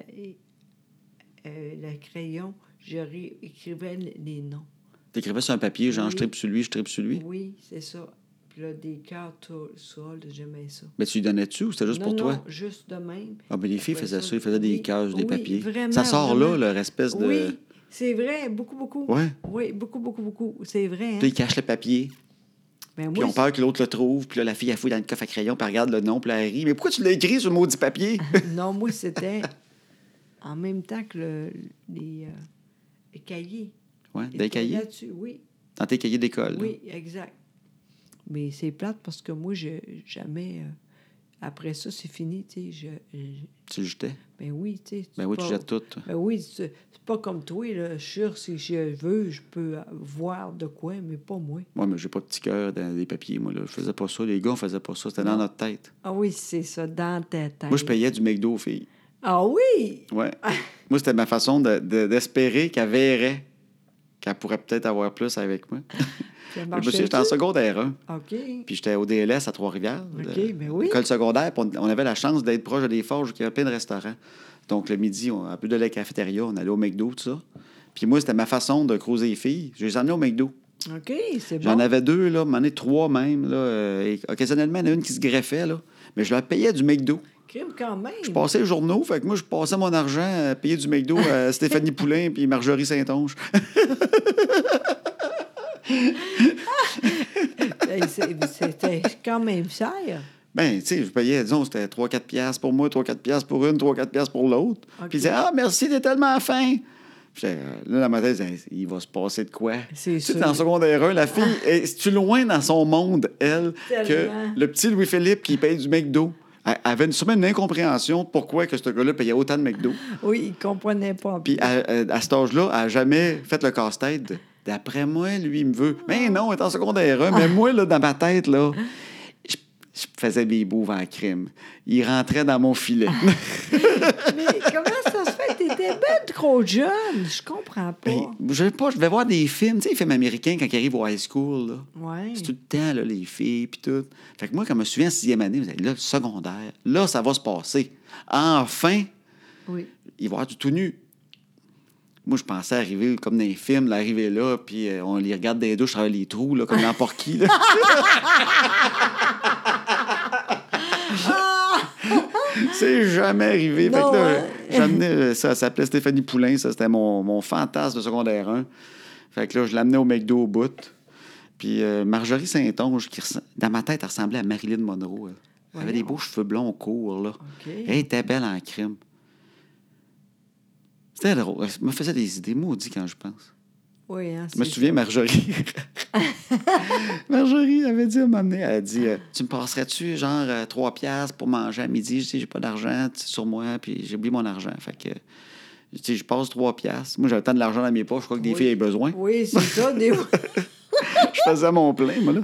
euh, la crayon, je ré- écrivais les noms. T'écrivais sur un papier, genre, Oui. je tripe sur lui, je tripe sur lui. Oui, c'est ça. Puis là, des cartes sol, j'aimais ça. Mais tu lui donnais-tu ou c'était juste non, pour non, toi? juste de même. Ah, mais les filles Ouais, faisaient ça, ça, ils faisaient des oui, cages, des oui, papiers. vraiment, ça sort là, vraiment. leur espèce de. Oui, c'est vrai, beaucoup, beaucoup. Ouais. Oui, beaucoup, beaucoup, beaucoup. C'est vrai. hein. Puis ils cachent le papier. Ben, Puis moi, on peur que l'autre le trouve. Puis là, la fille, elle fouille dans le coffre à crayon, puis elle regarde le nom, puis elle rit. Mais pourquoi tu l'as écrit sur le maudit papier? c'est- Non, moi, c'était en même temps que le- les, euh, les cahiers. Ils ouais, dans les étaient cahiers. Là-dessus, oui. Dans tes cahiers d'école. là. Oui, exact. Mais c'est plate parce que moi, j'ai jamais. euh, Après ça, c'est fini, tu sais. Je, je- Tu le jetais? ben oui, tu sais. c'est Ben oui, tu pas- jettes tout. toi. Ben oui, c'est c'est pas comme toi, là. Je suis sûr, si je veux, je peux voir de quoi, mais pas moi. Moi, mais j'ai pas de petit cœur dans les papiers, moi. Là. Je faisais pas ça. Les gars, on faisait pas ça. C'était dans notre tête. Ah oui, c'est ça, dans ta tête. Moi, je payais du McDo aux filles. Ah oui! Ouais. moi, c'était ma façon de- de- d'espérer qu'elle verrait qu'elle pourrait peut-être avoir plus avec moi. Ça Ben, je me suis marchait-tu? j'étais en secondaire 1. OK. Puis j'étais au DLS à Trois-Rivières. OK, le- ben oui. École secondaire. puis on, on avait la chance d'être proche de des forges, qui avait plein de restaurants. Donc le midi, on, un peu de la cafétéria, on allait au McDo, tout ça. Puis moi, c'était ma façon de croiser les filles. Je les emmenais au McDo. OK, c'est bon. J'en avais deux, là, m'en ai trois même. Là, euh, et occasionnellement, il y en a une qui se greffait, là. Mais je la payais du McDo. Crime quand même. Je passais les journaux, fait que moi, je passais mon argent à payer du McDo à Stéphanie Poulain puis Marjorie Saint-Onge. Hey, c'est- C'était quand même cher. Ben, tu sais, je payais, disons, c'était 3-4 piastres pour moi, 3-4 piastres pour une, 3-4 piastres pour l'autre. OK. Puis il disait, ah, merci, t'es tellement fin. Puis j'étais, euh, là, dans ma tête, je disais, il va se passer de quoi? C'est Tu sais, sûr. Ah. dans le secondaire 1, la fille, est tu loin dans son monde, elle, que Tellement. le petit Louis-Philippe qui paye du McDo elle avait une, sûrement une incompréhension de pourquoi que ce gars-là payait autant de McDo. Oui, il comprenait pas. Puis à, à- à cet âge-là, elle n'a jamais fait le casse-tête. de, D'après moi, lui, il me veut. Mais non, il est en secondaire 1. Mais moi, là, dans ma tête, là, je, je faisais des bouves en crime. Il rentrait dans mon filet. Mais comment ça se fait? T'étais bien trop jeune. Je comprends pas. Ben, je sais pas, je vais voir des films. Tu sais, les films américains, quand ils arrivent au high school, là. Ouais. C'est tout le temps, là, les filles, puis tout. Fait que moi, quand je me souviens en sixième année, je me disais, là, le secondaire, là, ça va se passer. Enfin, Oui. il va y avoir du tout nu. Moi, je pensais arriver comme dans les films, l'arrivée là, puis euh, on les regarde des douches, travers les trous, là, comme dans Porky. là. C'est jamais arrivé. Fait que Non, là, hein? j'amenais, euh, ça, ça s'appelait Stéphanie Poulain, ça, c'était mon, mon fantasme de secondaire 1. Fait que là, je l'amenais au McDo au bout. Puis euh, Marjorie Saint-Onge, qui ressem- dans ma tête, elle ressemblait à Marilyn Monroe. elle. Elle avait des Voyons. beaux cheveux blonds courts, là. OK. Elle était belle en crime. C'était drôle. Je me faisais des idées maudites quand je pense. Oui, hein, Je me c'est- souviens, Marjorie. Marjorie avait dit à un moment donné, elle a dit euh, Tu me passerais-tu genre euh, trois piastres pour manger à midi Je dis J'ai pas d'argent tu- sur moi, puis j'ai oublié mon argent. Fait que, euh, tu sais, je passe trois piastres. Moi, j'avais tant de l'argent dans mes poches, je crois que des Oui. filles aient besoin. Oui, c'est ça. Des... Je faisais mon plein, moi, là.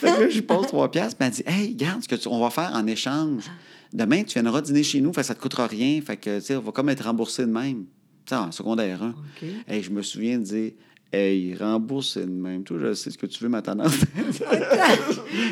Fait que là, je lui passe trois piastres, puis elle dit Hey, regarde ce que tu- on va faire en échange. Demain, tu viendras dîner chez nous, fait que ça te coûtera rien. Fait que, tu sais, on va comme être remboursé de même. Tu sais, en secondaire 1. OK. Hey, je me souviens de dire Hey, rembourse de même. Toi, je sais ce que tu veux, ma tante. tu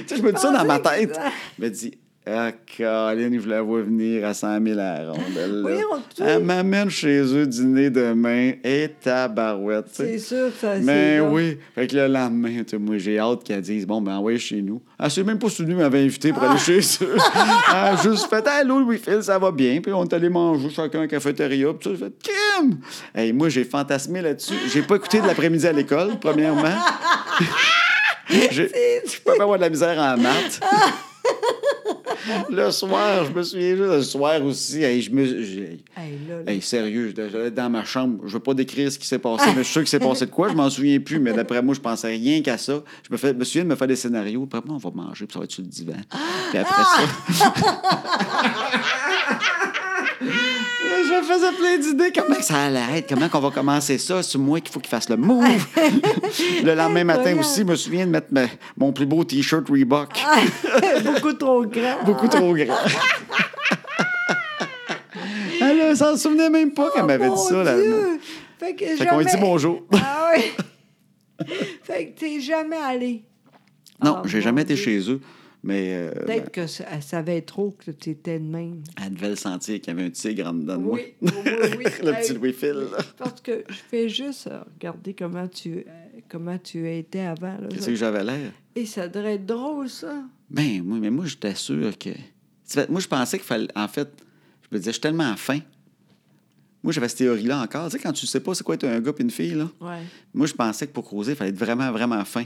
sais, je me dis ça dans ma pensais que tête. ça- Je me dis Ah, Colin, je la vois venir à 100 000 à la ronde. là. Voyons, tu- Elle m'amène chez eux dîner demain et tabarouette. tu sais. C'est sûr que ça c'est Mais là. oui. Fait que le lendemain, tu sais, moi, j'ai hâte qu'elle dise Bon, ben, envoyez chez nous. Elle s'est même pas souvenue, elle m'avait invité Ah! pour aller chez eux. Elle a juste fait Allô, Louis-Phil, ça va bien. Puis on est allé manger chacun à la cafétéria. Puis tout. j'ai fait Kim Hey, Moi, j'ai fantasmé là-dessus. J'ai pas écouté de l'après-midi à l'école, premièrement. J'ai- Je peux pas avoir de la misère en maths. Le soir, je me souviens juste, le soir aussi, hey, je me, j'ai- Hey, là, là. Hey, sérieux, j'étais- j'allais dans ma chambre, je veux pas décrire ce qui s'est passé, mais je suis sûr qu'il s'est passé de quoi, je m'en souviens plus, mais d'après moi, je pensais rien qu'à ça. Je me, fais, me souviens de me faire des scénarios, après moi, on va manger, puis ça va être sur le divan. Puis après ça... je me faisais plein d'idées, comment que ça allait être, comment qu'on va commencer ça, c'est moi qu'il faut qu'il fasse le move. le lendemain matin Incroyable. Ah. aussi, je me souviens de mettre ma- mon plus beau T-shirt Reebok, Beaucoup trop grand. beaucoup trop grand. Elle euh, s'en souvenait même pas qu'elle m'avait dit Oh, Mon ça. là. Dieu! Fait que Fait qu'on lui dit jamais- bonjour. Ah oui. fait que t'es jamais allé. Non, Ah, j'ai mon jamais été Dieu. chez eux, mais euh, ben, Peut-être que ça- elle savait trop que t'étais de même. elle devait le sentir qu'il y avait un tigre en dedans de moi. Oui, oui, oui. Le petit Louis-Phil, là. Parce que je fais juste euh, regarder comment tu, euh, comment tu étais avant. là. Qu'est-ce que j'avais l'air? Et ça devrait être drôle, ça. Ben, moi, mais moi, j'étais sûr que. Tu sais, Moi, je pensais qu'il fallait. En fait, je me disais, je suis tellement faim. Moi, j'avais cette théorie-là encore. Tu sais, quand tu sais pas c'est quoi être un gars et une fille, là. Ouais. Moi, je pensais que pour causer, il fallait être vraiment, vraiment fin.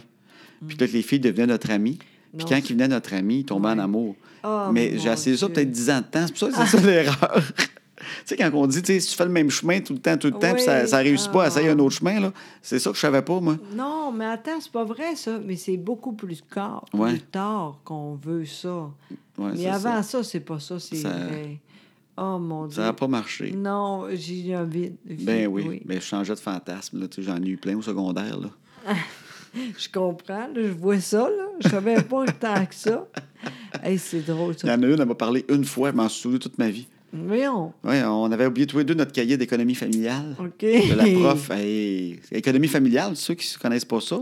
Puis là, que les filles devenaient notre amie. Puis Hmm. Non, quand c'est- ils venaient notre amie, ils tombaient en amour. Oh, Mais mon j'ai essayé Dieu. ça Ah. peut-être 10 ans de temps. C'est pour ça que c'est ça l'erreur. sais, quand on dit, tu sais, si tu fais le même chemin tout le temps, tout le temps, Oui. puis ça, ça réussit pas, Ah. essaye un autre chemin, là. C'est ça que je savais pas, moi. Non, mais attends, c'est pas vrai, ça. Mais c'est beaucoup plus tard, Ouais. plus tard qu'on veut ça. Ouais, mais c'est avant ça, ça. c'est pas ça, c'est Ça- vrai. Oh mon Dieu. Ça n'a pas Mm. marché. Non, j'ai eu un vide. Ben oui, ben, je changeais de fantasme, là. Tu sais, j'en ai eu plein au secondaire, là. Je comprends, là, je vois ça, là. Je savais pas tant que ça. Hey, c'est drôle, Il y ça. en a une, elle m'a parlé une fois, je m'en souviens toute ma vie. Voyons. Oui, on avait oublié tous les deux notre cahier d'économie familiale. OK. De la prof. Hey, économie familiale, ceux qui ne connaissent pas ça,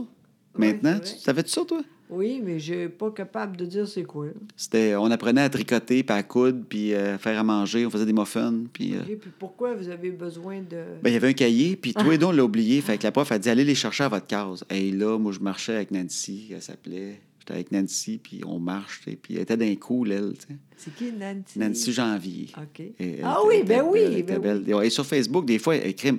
maintenant, c'est tu vrai. savais-tu ça, toi? Oui, mais je suis pas capable de dire c'est quoi. là. C'était, on apprenait à tricoter, puis à coudre, puis euh, faire à manger, on faisait des muffins, puis... euh, OK, puis pourquoi vous avez besoin de... ben, il y avait un cahier, puis toi et donc, on l'a oublié. Fait que la prof a dit, allez les chercher à votre case. Et là, moi, je marchais avec Nancy, elle s'appelait. J'étais avec Nancy, puis on marche, et puis elle était d'un coup, elle, tu sais. C'est qui, Nancy? Nancy Janvier. OK. Et elle ah était- oui, elle était ben oui, belle, elle était ben oui. belle. Et sur Facebook, des fois, elle crime.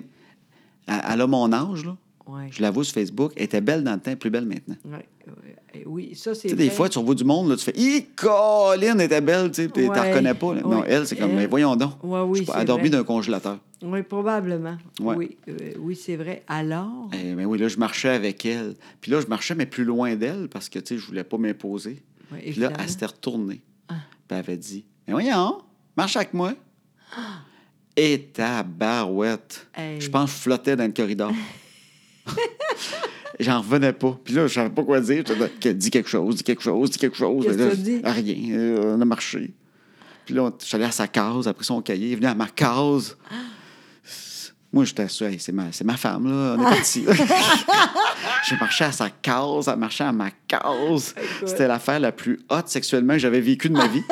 Elle, elle a mon âge, là. Ouais. Je la vois sur Facebook. Elle était belle dans le temps, plus belle maintenant. Ouais, ouais. Eh Oui, ça, c'est Tu sais, des vrai. fois, tu revois du monde, là, tu fais Hi, Colin, elle était belle, tu sais, puis Ouais. t'en reconnais pas. là. Non, Ouais. elle, c'est comme, mais Elle- voyons donc. Ouais, oui, Je sais pas, c'est elle a dormi vrai. d'un congélateur. Oui, probablement. Ouais. Oui, euh, oui c'est vrai. Alors, Eh, ben oui, là, je marchais avec elle. Puis là, je marchais, mais plus loin d'elle, parce que, tu sais, je voulais pas m'imposer. Ouais, Puis là, évidemment. Ah. elle s'était retournée. Puis elle avait dit Mais voyons, marche avec moi. Ah. Et ta barouette. Hey. Je pense que je flottais dans le corridor. J'en revenais pas. Puis là, je savais pas quoi dire. Je disais, dis quelque chose, dis quelque chose, dis quelque chose. Qu'est-ce Là, que t'as dit? Rien. Euh, on a marché. Puis là, on- je suis allé à sa case, après son cahier, il est venu à ma case. Moi, j'étais sûr, Hey, c'est ma, c'est ma femme, là, on est parti. J'ai marché à sa case, elle marchait à ma case. Écoute. C'était l'affaire la plus haute sexuellement que j'avais vécue de ma vie.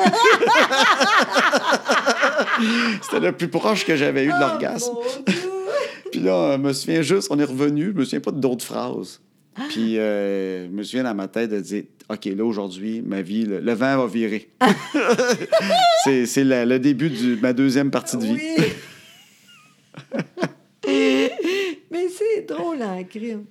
C'était le plus proche que j'avais eu de l'orgasme. Oh, mon Dieu! Puis là, euh, je me souviens juste, on est revenu, je me souviens pas d'autres phrases. Ah! Puis euh, je me souviens dans ma tête de dire OK, là, aujourd'hui, ma vie, le, le vent va virer. c'est c'est la- le début de ma deuxième partie de vie. Oui. Mais c'est drôle en crime.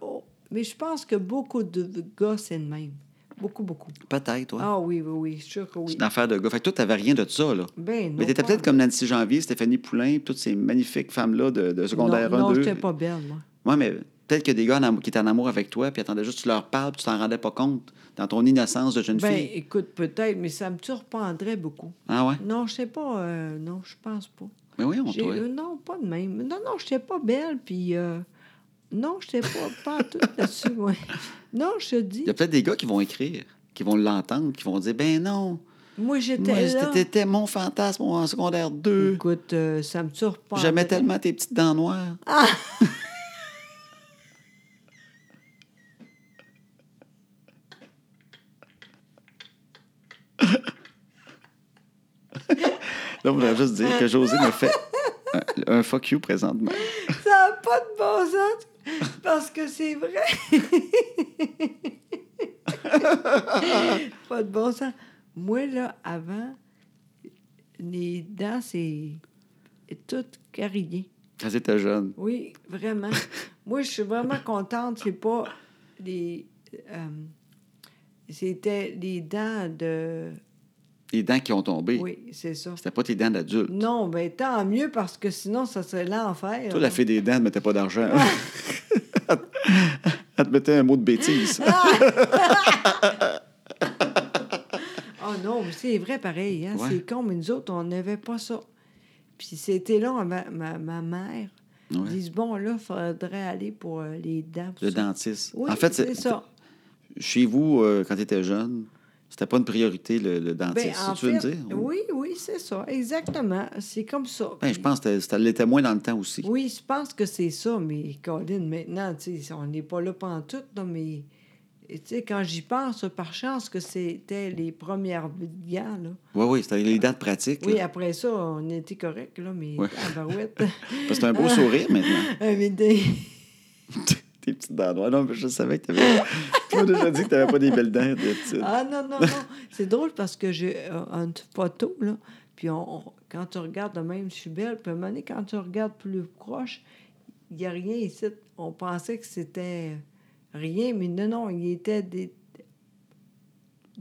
Oh, Mais je pense que beaucoup de gars, c'est le même. Beaucoup, beaucoup. Peut-être, toi. Ah oui, oui, oui, je suis sûr que oui. C'est une affaire de gars. Fait que toi, t'avais rien de ça, là. Ben non. Mais t'étais pas- peut-être comme Nancy Janvier, Stéphanie Poulain, toutes ces magnifiques femmes-là de, de secondaire Non, 1, non, 2. j'étais pas belle, moi. Ouais, mais peut-être que des gars en am- qui étaient en amour avec toi, puis attendaient juste que tu leur parles, puis tu t'en rendais pas compte dans ton innocence de jeune Ben, fille. écoute, peut-être, mais ça me surprendrait beaucoup. Ah ouais? Non, je sais pas. euh, non, je pense pas. Mais voyons, J'ai- toi. euh, non, pas de même. Non, non, j'étais pas belle, puis... euh, non, j'étais pas, pas en tout là-dessus, moi. Non, je te dis, Il y a peut-être des gars qui vont écrire, qui vont l'entendre, qui vont dire Ben non, moi, j'étais moi, là. t'étais mon fantasme en secondaire 2. Écoute, euh, ça me surprend. J'aimais tellement tes petites dents noires. Ah! Là, on voudrait juste dire que José me fait un, un fuck you présentement. Ça n'a pas de bon sens, parce que c'est vrai. pas de bon sens. Moi, là, avant, les dents, c'est tout carillé. Quand j'étais jeune. Oui, vraiment. Moi, je suis vraiment contente. C'est pas les. euh, C'était les dents de. Les dents qui ont tombé, Oui, c'est ça. c'était pas tes dents d'adulte. Non, ben tant mieux parce que sinon, ça serait l'enfer. Toi, la fille des dents ne mettait pas d'argent. Elle te mettait un mot de bêtise. Oh Ah, non, mais c'est vrai pareil. Hein? Ouais. C'est con, mais nous autres, on n'avait pas ça. Puis c'était long avant ma, ma mère. Ouais. disent bon, là, faudrait aller pour euh, les dents. pour Le ça. dentiste. Oui, en fait, c'est c'est- ça. chez vous, euh, quand tu étais jeune, c'était pas une priorité, le, le Ben, dentiste. en tu veux me fait, dire? Oui, oui, c'est ça. Exactement. C'est comme ça. Ben, je pense que c'était- ça l'était moins dans le temps aussi. Oui, je pense que c'est ça, mais Colin, maintenant, tu sais, on n'est pas là pantoute, là, mais tu sais, quand j'y pense, par chance que c'était les premières gants, là. Oui, oui, c'était les dents de pratique. Oui, là. après ça, on était correct, là, mais Ouais. à barouette. Parce que t'as un beau sourire maintenant. Euh, mais des- Tes petites dents noires. Non, mais je savais que t'avais. tu m'as déjà dit que t'avais pas des belles dents. de petite. Ah non, non, non. C'est drôle parce que j'ai euh, une photo, là, puis on, on- quand tu regardes de même, je suis belle, puis à un moment donné, quand tu regardes plus proche, il n'y a rien ici. On pensait que c'était rien, mais non, non, il était des...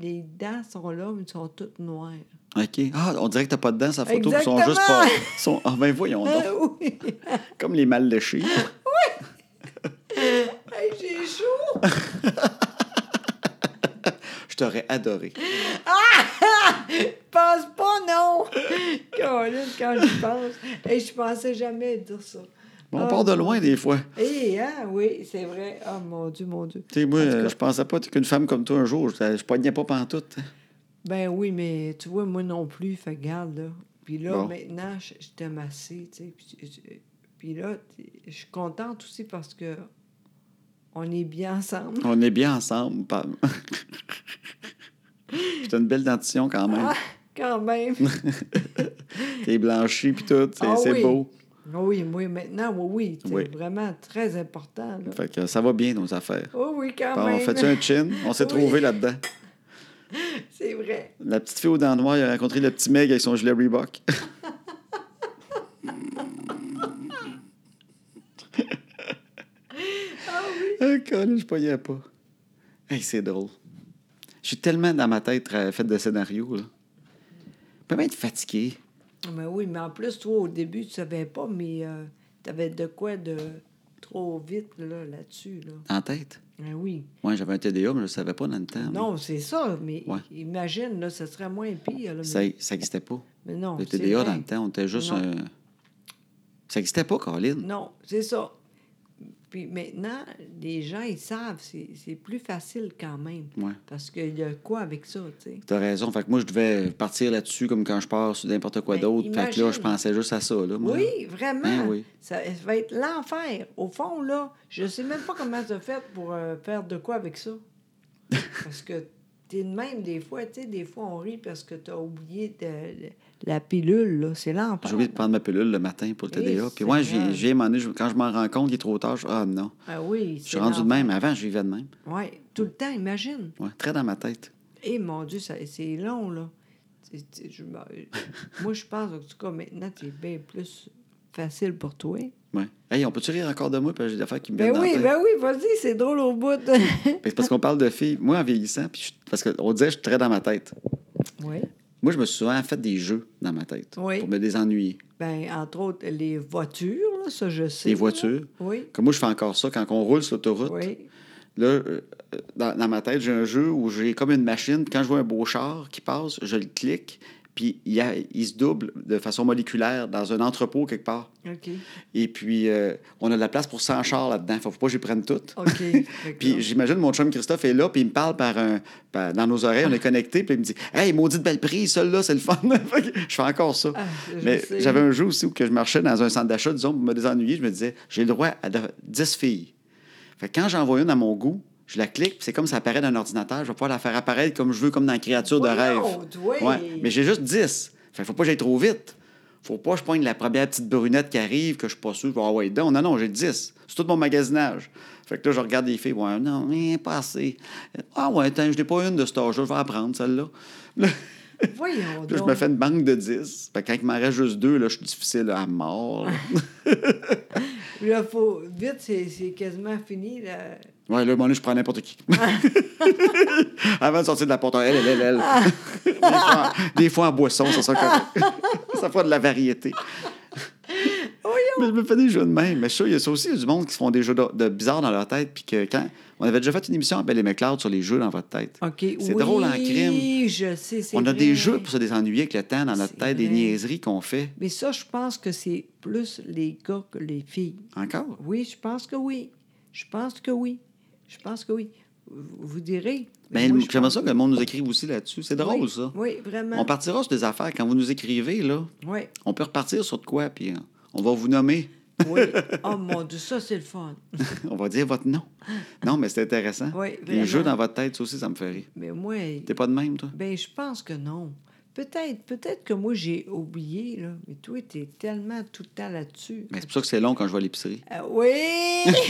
Les dents sont là, mais sont toutes noires. OK. Ah, on dirait que t'as pas dedans sa photo. Ils sont Exactement. juste pas. ils Sont... Ah, ben voyons donc. Ah oui. Comme les mal léchés. Hey, j'ai chaud. Je t'aurais adoré. Pense pas, non. Colin, quand je pense. Hey, je pensais jamais dire ça. Mais on Ah. part de loin des fois. Eh, hein, oui, c'est vrai. Oh mon Dieu, mon Dieu. Tu sais, moi, En tout euh, cas. je pensais pas qu'une femme comme toi un jour, je, je poignais pas pantoute. Ben oui, mais tu vois, moi non plus, fait que garde, là. Puis là, Bon. maintenant, je, je t'aime assez, tu sais. Puis, je- puis là, t'es- je suis contente aussi parce que on est bien ensemble. On est bien ensemble, Pam. Puis t'as une belle dentition quand même. Ah, quand même. T'es blanchi puis tout. C'est Ah c'est oui. beau. oui, oui, maintenant, oui, oui. C'est Oui. vraiment très important, là. Fait que ça va bien, nos affaires. Oh oui, quand Bon, on même. fait un chin? On s'est Oui. trouvé là-dedans. C'est vrai. La petite fille aux dents noires, elle a rencontré le petit Meg avec son gilet Reebok. ah oui! je pognais pas. Hey, c'est drôle. Je suis tellement dans ma tête euh, faite de scénarios, là. Je peux même être fatigué. Mais Ben oui, mais en plus, toi, au début, tu savais pas, mais tu avais de quoi de trop vite, là, là-dessus, là. En tête? Ben oui. Ouais, j'avais un TDA, mais je le savais pas dans le temps. Non, c'est ça, mais Ah Ouais. imagine, là, ce serait moins pire. là, Ça mais, n'existait pas. mais non, Le c'est TDA, vrai. dans le temps, on était juste Non. un... Ça n'existait pas, Caroline. Non, c'est ça. Puis maintenant, les gens, ils savent, c'est c'est plus facile quand même. Ouais. Parce qu'il y a quoi avec ça, tu sais? T'as raison. Fait que moi, je devais partir là-dessus comme quand je pars sur n'importe quoi Ben, d'autre. Fait que là, imagine. je pensais juste à ça, là, moi. Oui, vraiment. Ben oui. Ça, ça va être l'enfer. Au fond, là, je sais même pas comment tu as fait pour euh, faire de quoi avec ça. Parce que t'es de même des fois, tu sais, des fois on rit parce que t'as oublié de- de- la pilule, là. C'est l'enfer. J'ai oublié de prendre ma pilule le matin pour le Eh, TDA. Puis moi, Seigneur. j'ai j'ai un moment donné, je- quand je m'en rends compte, il est trop tard. Je... Ah non. Ah oui, Je suis rendu de même. Avant, je vivais de même. Oui, tout le temps, imagine. Ouais, très dans ma tête. Eh mon Dieu, ça- c'est long, là. Tu- tu- je me- moi, je pense, en tout cas, maintenant, c'est bien plus facile pour toi. Ouais. Hey, on peut-tu rire encore de moi? Parce que j'ai des affaires qui me viennent Ben dans oui, la tête. ben oui, vas-y, c'est drôle au bout. Mais C'est parce qu'on parle de filles. Moi, en vieillissant, puis je- parce qu'on disait que je suis très dans ma tête. oui. Moi, je me suis souvent fait des jeux dans ma tête Oui. pour me désennuyer. Ben, entre autres, les voitures, là, ça, je sais. Les là. voitures. Oui. Comme moi, je fais encore ça. Quand on roule sur l'autoroute, Oui. Là, euh, dans, dans ma tête, j'ai un jeu où j'ai comme une machine. Quand je vois un beau char qui passe, je le clique, puis il, y a- il se double de façon moléculaire dans un entrepôt quelque part. OK. Et puis, euh, on a de la place pour 100 chars là-dedans. Faut pas que j'y prenne toutes. OK. Fait que là, Puis j'imagine mon chum Christophe est là, puis il me parle par un, par- dans nos oreilles, on est connectés, puis il me dit Hey, maudite belle prise, celle-là, c'est le fun. Fait que je fais encore ça. Ah, je Mais sais. j'avais un jeu aussi où que je marchais dans un centre d'achat, disons, pour me désennuyer, je me disais J'ai le droit à de- 10 filles. Fait que quand j'en vois une à mon goût, je la clique, puis c'est comme ça apparaît d'un ordinateur, je vais pouvoir la faire apparaître comme je veux, comme dans Créature de rêve. Voyons, Oh oui. Mais j'ai juste 10. Fait que faut pas que j'aille trop vite. Faut pas que je pogne la première petite brunette qui arrive, que je suis pas sûr, je vais avoir dedans. Non, non, j'ai 10. C'est tout mon magasinage. Fait que là, je regarde les filles. Ouais, non, mais pas assez. Ah ouais, attends, je n'ai pas une de cet âge-là, je vais apprendre celle-là. Là, Voyons là, donc. je me fais une banque de 10. Fait que quand il m'en reste juste deux, là, je suis difficile à mort. là. Là, faut... Vite, c'est c'est quasiment fini, là. Ouais, là, à un moment donné, je prends n'importe qui. Avant de sortir de la porte, elle, elle, elle, elle. des, fois, des fois en boisson, ça sera correct. ça fera de la variété. Mais je me fais des jeux de même. Mais ça, il y a ça aussi, il y a du monde qui se font des jeux de, de bizarres dans leur tête. Puis que quand. On avait déjà fait une émission à Belle et McLeod sur les jeux dans votre tête. OK. C'est drôle en crime. Oui, je sais, Ah, c'est On a vrai. des jeux pour se désennuyer avec le temps dans notre C'est tête, des vrai. niaiseries qu'on fait. Mais ça, je pense que c'est plus les gars que les filles. Encore? Oui, je pense que oui. Je pense que oui. Je pense que oui. Vous, vous direz. Ben, Moi, je j'aimerais pense- ça que le monde nous écrive aussi là-dessus. C'est drôle, Oui, ça. Oui, vraiment. On partira sur des affaires. Quand vous nous écrivez, là, Oui, on peut repartir sur de quoi, puis euh, on va vous nommer. oui. oh mon Dieu, ça, c'est le fun. on va dire votre nom. Non, mais c'est intéressant. Oui, les vraiment. jeux dans votre tête, ça aussi, ça me fait rire. Mais moi, T'es pas de même, toi? ben, je pense que non. Peut-être, peut-être que moi, j'ai oublié, là. Mais toi, t'es tellement tout le temps là-dessus. Mais c'est pour ça que c'est long quand je vais à l'épicerie. Ah, oui!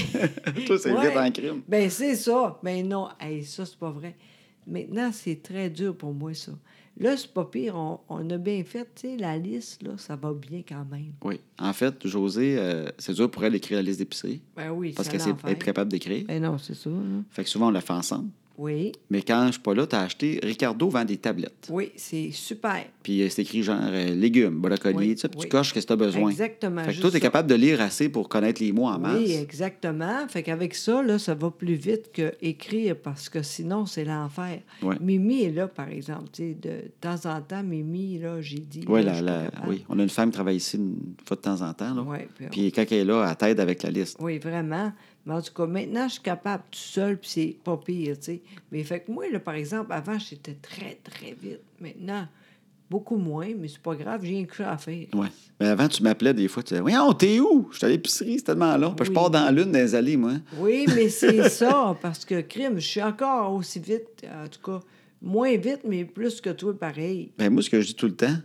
toi, c'est Ouais. vite en crime. Ben, c'est ça. Ben non, hey, ça, c'est pas vrai. Maintenant, c'est très dur pour moi, ça. Là, c'est pas pire. On, on a bien fait, tu sais, la liste, là, ça va bien quand même. Oui. En fait, José, euh, c'est dur pour elle d'écrire la liste d'épicerie Ben oui, parce c'est qu'elle un sait enfer. être capable d'écrire. Ben non, c'est ça. là. Fait que souvent, on la fait ensemble. Oui, Mais quand je suis pas là, tu as acheté Ricardo vend des tablettes. oui, c'est super. Puis euh, c'est écrit genre euh, légumes, brocoli, Oui, tout ça, puis oui. tu coches qu'est-ce que tu as besoin. Exactement, Fait que juste toi, tu ça. es capable de lire assez pour connaître les mots en masse. Oui, exactement. Fait qu'avec ça, là, ça va plus vite que écrire parce que sinon, c'est l'enfer. Ouais. Mimi est là, par exemple. tu sais, De temps en temps, Mimi, là, j'ai dit. Ouais, là, la- je suis la- pas capable. oui, on a une femme qui travaille ici une fois de temps en temps. Là. Ouais, puis on- Puis quand elle est là, elle t'aide avec la liste. Oui, vraiment. Mais en tout cas, maintenant, je suis capable tout seul, puis c'est pas pire, tu sais. Mais fait que moi, là, par exemple, avant, j'étais très, très vite. Maintenant, beaucoup moins, mais c'est pas grave, j'ai rien que ça à faire. Ouais. Mais avant, tu m'appelais des fois, tu disais, Voyons, t'es où? Je suis à l'épicerie, c'est tellement long. Puis je Oui. pars dans la l'une des allées, moi. Oui, mais c'est ça, parce que, crime, je suis encore aussi vite, en tout cas, moins vite, mais plus que toi, pareil. Ben, moi, ce que je dis tout le temps,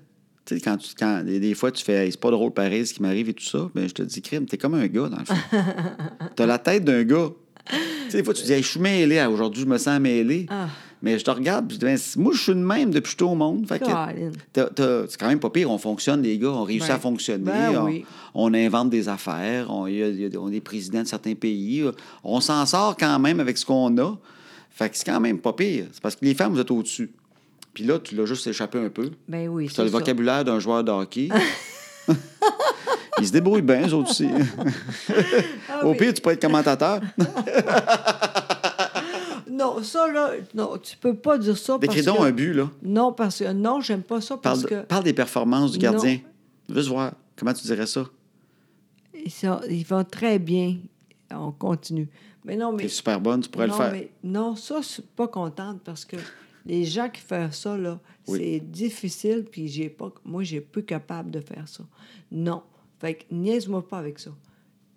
tu sais, quand, tu- quand des, des fois, tu fais, Hey, c'est pas drôle pareil ce qui m'arrive et tout ça, ben, je te dis, crime, t'es comme un gars, dans le fond. T'as la tête d'un gars. Tu sais, des fois, tu dis, Hey, je suis mêlé, Ah, aujourd'hui, je me sens mêlé. Ah. Mais je te regarde, puis je dis, Ben, moi, je suis le même depuis que je suis au monde. Fait que Colin. t'as- t'as- c'est quand même pas pire, on fonctionne, les gars, on réussit Ben, à fonctionner, ben on, oui. on invente des affaires, on, y a- y a- on est président de certains pays, euh, on s'en sort quand même avec ce qu'on a. Fait que c'est quand même pas pire. C'est parce que les femmes, vous êtes au-dessus. Puis là, tu l'as juste échappé un peu. Ben oui, Tu as c'est le ça. vocabulaire d'un joueur de hockey. Ils se débrouillent bien, eux autres aussi. Ah Au oui. pire, tu peux être commentateur. Non, ça, là, non, tu peux pas dire ça parce Décris donc que... un but, là. Non, parce que... Non, j'aime pas ça parce Parle, que... parle des performances du gardien. Juste voir. Comment tu dirais ça? Ils, sont- ils vont très bien. On continue. Mais non, mais. T'es super bonne, tu pourrais non, le faire. mais- non, ça, je suis pas contente parce que les gens qui font ça, là, Oui. c'est difficile, puis j'ai pas. Moi, j'ai plus capable de faire ça. Non. Fait que niaise-moi pas avec ça.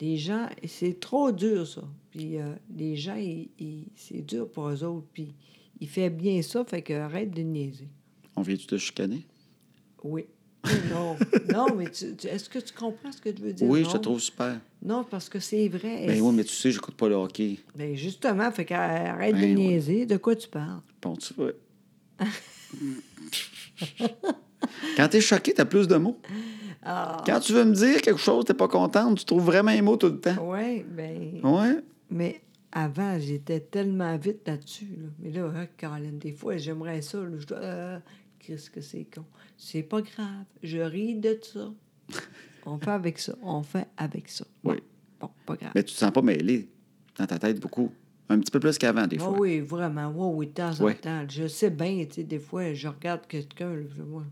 Les gens, c'est trop dur, ça. Puis euh, les gens, ils- ils- c'est dur pour eux autres. Puis ils font bien ça, fait que arrête de niaiser. On vient-tu te chicaner? Oui. non. Non, mais tu- tu- est-ce que tu comprends ce que je veux dire? Oui, non? je te trouve super. Non, parce que c'est vrai. Ben oui, mais tu sais, j'écoute pas le hockey. Ben justement, fait qu'arrête de Ben oui. niaiser. De quoi tu parles? Bon, tu vois. Quand t'es choqué, t'as plus de mots. Ah, Quand tu veux me dire quelque chose, t'es pas contente, tu trouves vraiment un mot tout le temps. ouais, ben. Ouais. Mais avant, j'étais tellement vite là-dessus. là. Mais là, hein, Caroline, des fois, j'aimerais ça. là, je dois. euh, Qu'est-ce que c'est con? C'est pas grave. Je ris de ça. On fait avec ça. On fait avec ça. Oui. Bon, pas grave. Mais tu te sens pas mêlé dans ta tête beaucoup. Un petit peu plus qu'avant, des Ah fois. oui, vraiment. Oui, oui, de temps en Ouais. temps. Je sais bien, tu sais, des fois, je regarde quelqu'un, là, je- moi,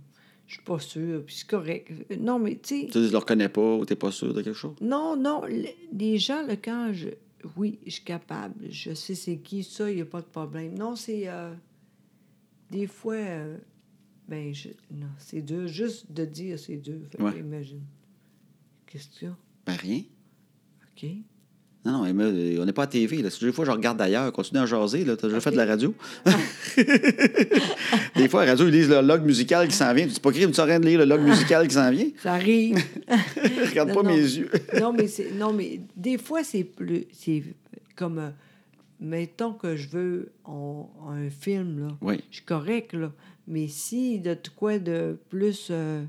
je suis pas sûre, puis c'est correct. Non, mais tu sais. Tu ne le reconnais pas ou t'es pas sûr de quelque chose. Non, non, le- les gens, là, quand je... Oui, je suis capable, je sais c'est qui, ça, il n'y a pas de problème. Non, c'est... euh, des fois, euh, ben, je- non, c'est dur. Juste de dire, c'est dur. Fait que Ouais. imagine. Question, Ben rien. OK. Non, non, Emma, euh, on n'est pas à TV. Là. Si Des fois, je regarde d'ailleurs. Continue à jaser. là. Ah, T'as déjà fait de la radio? des fois, à la radio, ils lisent le log musical qui s'en vient. Tu dis pas crime, tu sais rien de lire le log musical qui s'en vient? Ça arrive. Regarde Non, pas non. mes yeux. non, mais c'est, non, mais des fois, c'est plus... C'est comme... euh, mettons que je veux on- un film, là. Oui. Je suis correct, là. Mais si de tout quoi de plus... euh,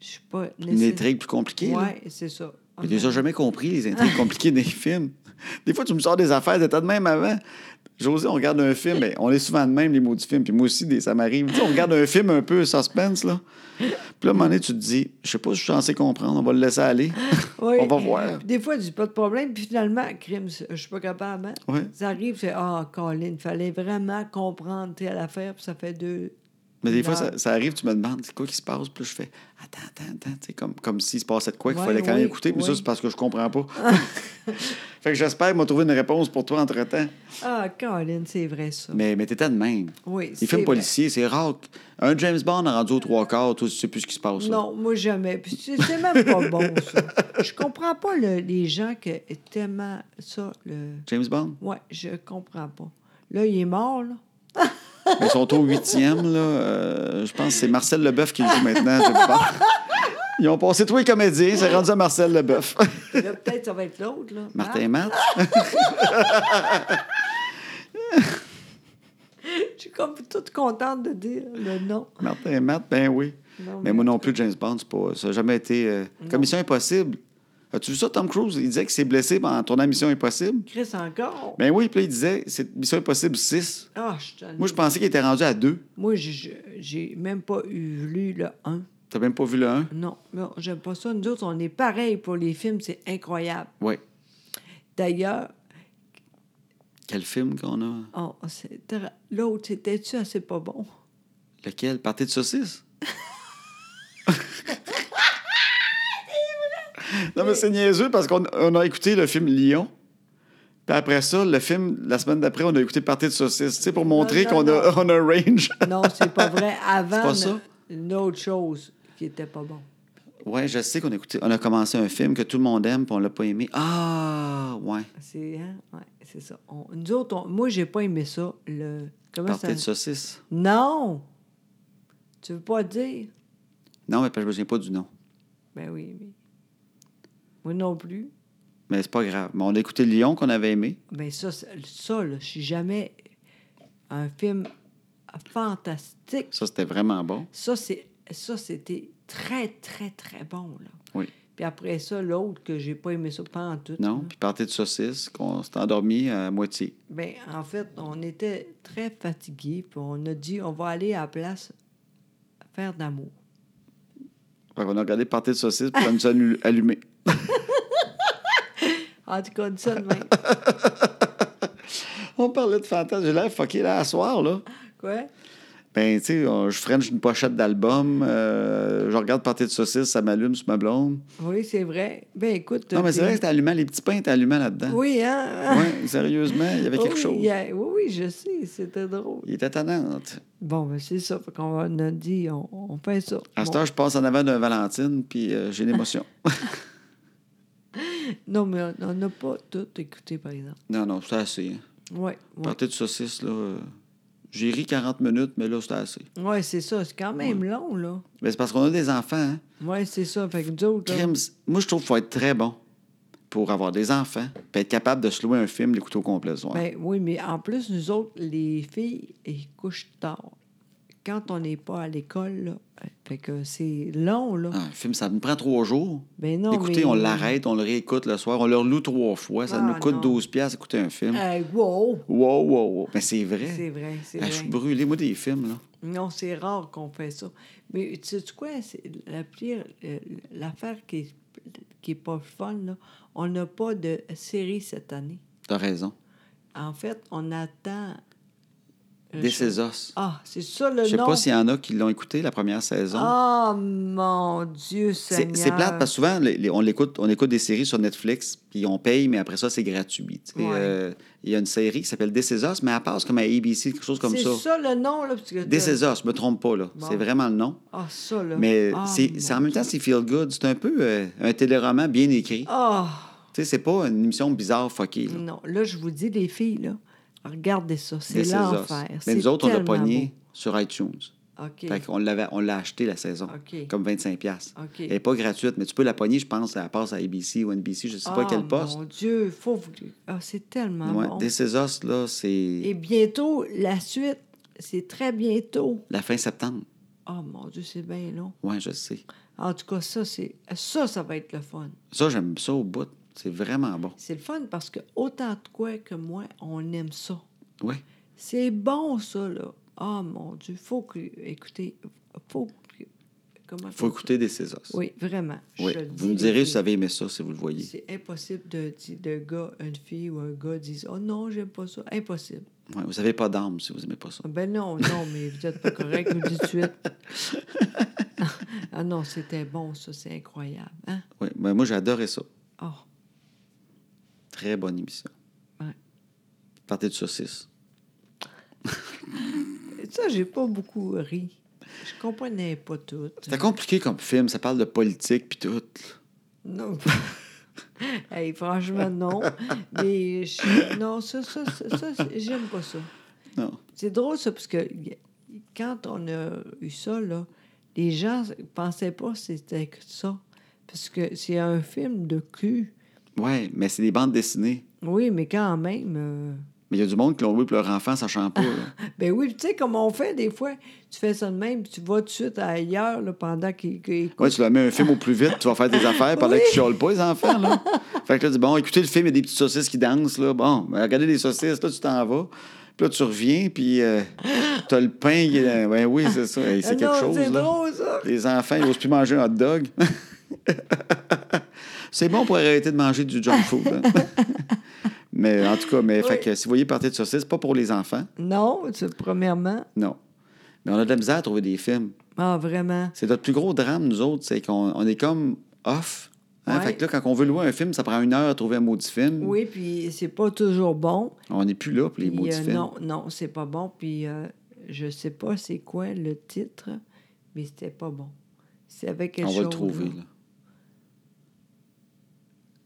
je suis pas... Une nécessaire- intrigue plus compliquée. là. Oui, c'est ça. Mais tu les as jamais compris, les intrigues compliquées des films. Des fois, tu me sors des affaires, t'étais de même avant. José, on regarde un film, ben, on est souvent de même, les mots du film. Puis moi aussi, des- ça m'arrive. Tu sais, on regarde un film un peu suspense, là. Puis là, à un moment donné, tu te dis, je sais pas si je suis censé comprendre, on va le laisser aller. Oui. On va voir. euh, Des fois, je dis pas de problème, puis finalement, crime, je suis pas capable. hein. Ouais. Ça arrive, c'est Ah, Colin, il fallait vraiment comprendre telle affaire, puis ça fait deux. Mais des une fois, heure. ça, ça arrive, tu me demandes, c'est quoi qui se passe? Puis là, je fais, attends, attends, attends. Tu sais, comme, comme s'il se passait de quoi qu'il Ouais, fallait quand même oui, écouter. Mais ça, oui. c'est parce que je comprends pas. fait que j'espère m'a trouvé une réponse pour toi entre-temps. Ah, Colin, c'est vrai ça. Mais, mais t'étais de même. Oui, Les c'est films vrai. policiers, c'est rare. Un James Bond rendu aux trois quarts, toi, tu sais plus ce qui se passe. là. Non, moi jamais. Puis c'est c'est même pas bon, ça. Je comprends pas le- les gens qui tellement ça. Le... James Bond? Ouais, je comprends pas. Là, il est mort, là. Ils sont au huitième, là. Euh, je pense que c'est Marcel Leboeuf qui le joue maintenant, James Bond. Ils ont passé tous les comédiens, c'est rendu à Marcel Ah. Leboeuf. Là, peut-être ça va être l'autre, là. Martin et Matt? Ah, je suis comme toute contente de dire le nom. Martin et Matt, ben oui. Non, mais mais- moi non plus, James Bond, c'est pas- ça n'a jamais été. euh, Commission Impossible. As-tu vu ça, Tom Cruise? Il disait qu'il s'est blessé pendant tournant Mission Impossible. Chris encore. Ben oui, puis là, il disait, c'est Mission Impossible 6. Ah, je t'en- Moi, je pensais qu'il était rendu à 2. Moi, j'ai- j'ai j'ai même pas eu lu le 1. T'as même pas vu le 1? Non, non, j'aime pas ça. Nous autres, on est pareil pour les films, c'est incroyable. Oui. D'ailleurs, Quel film qu'on a? on- c'est ter- l'autre, c'était-tu assez pas bon? Lequel? Partie de saucisse? non, mais c'est niaiseux parce qu'on on a écouté le film Lyon. Puis après ça, le film, la semaine d'après, on a écouté Partie de saucisse. Tu sais, pour montrer non, qu'on a, non. on a un range. Non, c'est pas vrai. Avant, pas ça? une autre chose qui était pas bon. ouais, je sais qu'on a écouté. On a commencé un film que tout le monde aime, puis on l'a pas aimé. Ah, ouais. C'est hein? ouais, c'est ça. On- nous autres, on- moi, j'ai pas aimé ça. Le... Comment Partie ça? de saucisse. Non! Tu veux pas dire? Non, mais je me souviens pas du nom. Ben oui, mais. Moi non plus. Mais c'est pas grave. Mais on a écouté Lyon qu'on avait aimé. Mais ça, c'est- ça, là, je suis jamais un film fantastique. Ça, c'était vraiment bon. Ça, c'est ça, c'était très, très, très bon. Là. Oui. Puis après ça, l'autre que j'ai pas aimé ça pas en tout. Non? Puis Partie de saucisse, qu'on s'est endormi à moitié. Ben, en fait, on était très fatigués, puis on a dit on va aller à la place faire d'amour. on a regardé Partie de saucisse, puis on nous a allumé. En tout cas, on dit ça de même. On parlait de fantasme. J'ai l'air fucké là, à soir, là. Quoi? Ben, tu sais, on- je french une pochette d'album. euh, je regarde Partie de saucisse, ça m'allume sur ma blonde. Oui, c'est vrai. Ben, écoute. Non, mais c'est t'es- vrai que c'était allumant. Les petits pains étaient allumants là-dedans. Oui, hein? Ouais, sérieusement, il y avait Oh, quelque Oui, chose. il y a- Oui, oui, je sais, c'était drôle. Il était tannante. Bon, ben, c'est ça. Fait qu'on on a dit, on, on fait ça. À cette Bon. heure, je passe en avant d'un Valentine, puis euh, j'ai l'émotion. Non, mais on- on n'a pas tout écouté, par exemple. non, non, c'était assez. hein. Oui, oui. Partie de saucisse, là. euh, J'ai ri 40 minutes, mais là, c'était assez. Ouais, c'est ça. C'est quand même long, là. Mais c'est parce qu'on a des enfants, hein. Oui, c'est ça. Fait que nous autres, là, Crime, c- moi, je trouve qu'il faut être très bon pour avoir des enfants, puis être capable de se louer un film, l'écouter au complet le soir. ben, oui, mais en plus, nous autres, les filles, ils couchent tard. Quand on n'est pas à l'école, là, fait que c'est long, là. Ah, un film, ça nous prend trois jours. Ben non, Écoutez, mais- on l'arrête, on le réécoute le soir, on le loue trois fois, ça Ah, nous coûte non. 12 piastres écouter un film. Hey, Euh, wow! Wow, wow, wow. Mais c'est vrai. C'est vrai, c'est Ah, vrai. je suis brûlé, moi, des films, là. Non, c'est rare qu'on fait ça. Mais tu sais quoi, c'est la pire, euh, l'affaire qui est, qui est pas fun, là, on n'a pas de série cette année. T'as raison. En fait, on attend... euh, des je- Césars. Ah, c'est ça le nom? je sais pas s'il y en a qui l'ont écouté la première saison. Oh mon Dieu C'est- Seigneur. c'est plate parce que souvent, les- les- on, l'écoute, on écoute des séries sur Netflix, puis on paye, mais après ça, c'est gratuit. tu sais. Ouais. Euh, Il y a une série qui s'appelle Des Césars, mais elle passe comme à ABC, quelque chose comme ça. C'est ça le nom, là. Parce que Des t'as- Césars, je me trompe pas, là. Bon. C'est vraiment le nom. Ah, ça, là. Mais Ah, c'est, c'est en mon- même temps, c'est feel good. C'est un peu euh, un téléroman bien écrit. Ah, Tu sais, c'est pas une émission bizarre, fuckée. là. non. Là, je vous dis, les filles, là, regardez ça. C'est Des Césars. l'enfer. Mais C'est nous autres, on l'a tellement pogné sur iTunes. beau. OK. Fait qu'on l'avait, on l'a acheté la saison. OK. Comme 25$. piastres. OK. Elle n'est pas gratuite, mais tu peux la pogner, je pense, elle passe à ABC ou NBC, je sais pas Ah, quel poste. Mon Dieu, faut vous. Ah, c'est tellement Ouais, bon. Des Césars, là, c'est Et bientôt, la suite, c'est très bientôt. la fin septembre. Oh mon Dieu, c'est bien long. Ouais, je sais. En tout cas, ça, c'est ça, ça va être le fun. Ça, j'aime ça au bout. C'est vraiment bon. C'est le fun parce que autant de quoi que moi, on aime ça. Oui. C'est bon, ça, là. Oh mon Dieu, faut que. Écoutez, faut que. Comment Faut on dit? écouter Des Césars. Oui, vraiment. je Oui. te le Vous dis, me direz les si vous avez aimé ça, si vous le voyez. filles. C'est impossible de dire de gars, une fille ou un gars disent Oh non, j'aime pas ça. Impossible. Ouais, vous n'avez pas d'âme si vous n'aimez pas ça. Ah Ben non, non, mais vous êtes pas correct, vous le dites tout de suite. ah non, c'était bon, ça, c'est incroyable. Hein? Oui, ben moi, j'ai adoré ça. Oh, Très bonne émission. ouais. Partez de saucisse. Ça, j'ai pas beaucoup ri. Je comprenais pas tout. C'était compliqué comme film. Ça parle de politique puis tout. Non. Hey, franchement, non. Mais je- non, ça, ça, ça, ça, c'est- j'aime pas ça. Non. C'est drôle, ça, parce que y- quand on a eu ça, là, les gens pensaient pas que c'était que ça. Parce que c'est un film de cul. Ouais, mais c'est des bandes dessinées. Oui, mais quand même. euh, Mais il y a du monde qui l'ont loué pour leur enfant, sachant pas. là. Ben oui, tu sais, comme on fait des fois, tu fais ça de même, puis tu vas tout de suite ailleurs là, pendant qu'il. qu'il- Ouais, tu leur mets un film au plus vite, tu vas faire tes affaires pendant Oui. qu'ils chiolent pas, les enfants. Là. Fait que là, tu dis, bon, écoutez le film, il y a des petites saucisses qui dansent. Là. Bon, ben, regardez les saucisses, là, tu t'en vas. Puis là, tu reviens, puis euh, t'as le pain. il est là. Ben oui, c'est ça. Hey, c'est Ah quelque non, chose. C'est là. drôle, ça. Les enfants, ils n'osent plus manger un hot dog. c'est bon pour arrêter de manger du junk food. hein. mais en tout cas, mais, fait que, si vous voyez partir de saucisses, pas pour les enfants, Non, tu- premièrement. non. Mais on a de la misère à trouver des films. Ah, vraiment. C'est notre plus gros drame, nous autres, c'est qu'on on est comme off. hein. Ouais. Fait que là, quand on veut louer un film, ça prend une heure à trouver un maudit film. Oui, puis c'est pas toujours bon. On n'est plus là pour les Puis, maudits euh, films. non, non, c'est pas bon. Puis euh, je sais pas c'est quoi le titre, mais c'était pas bon. C'est avec quelque on va chose, le trouver, là. là.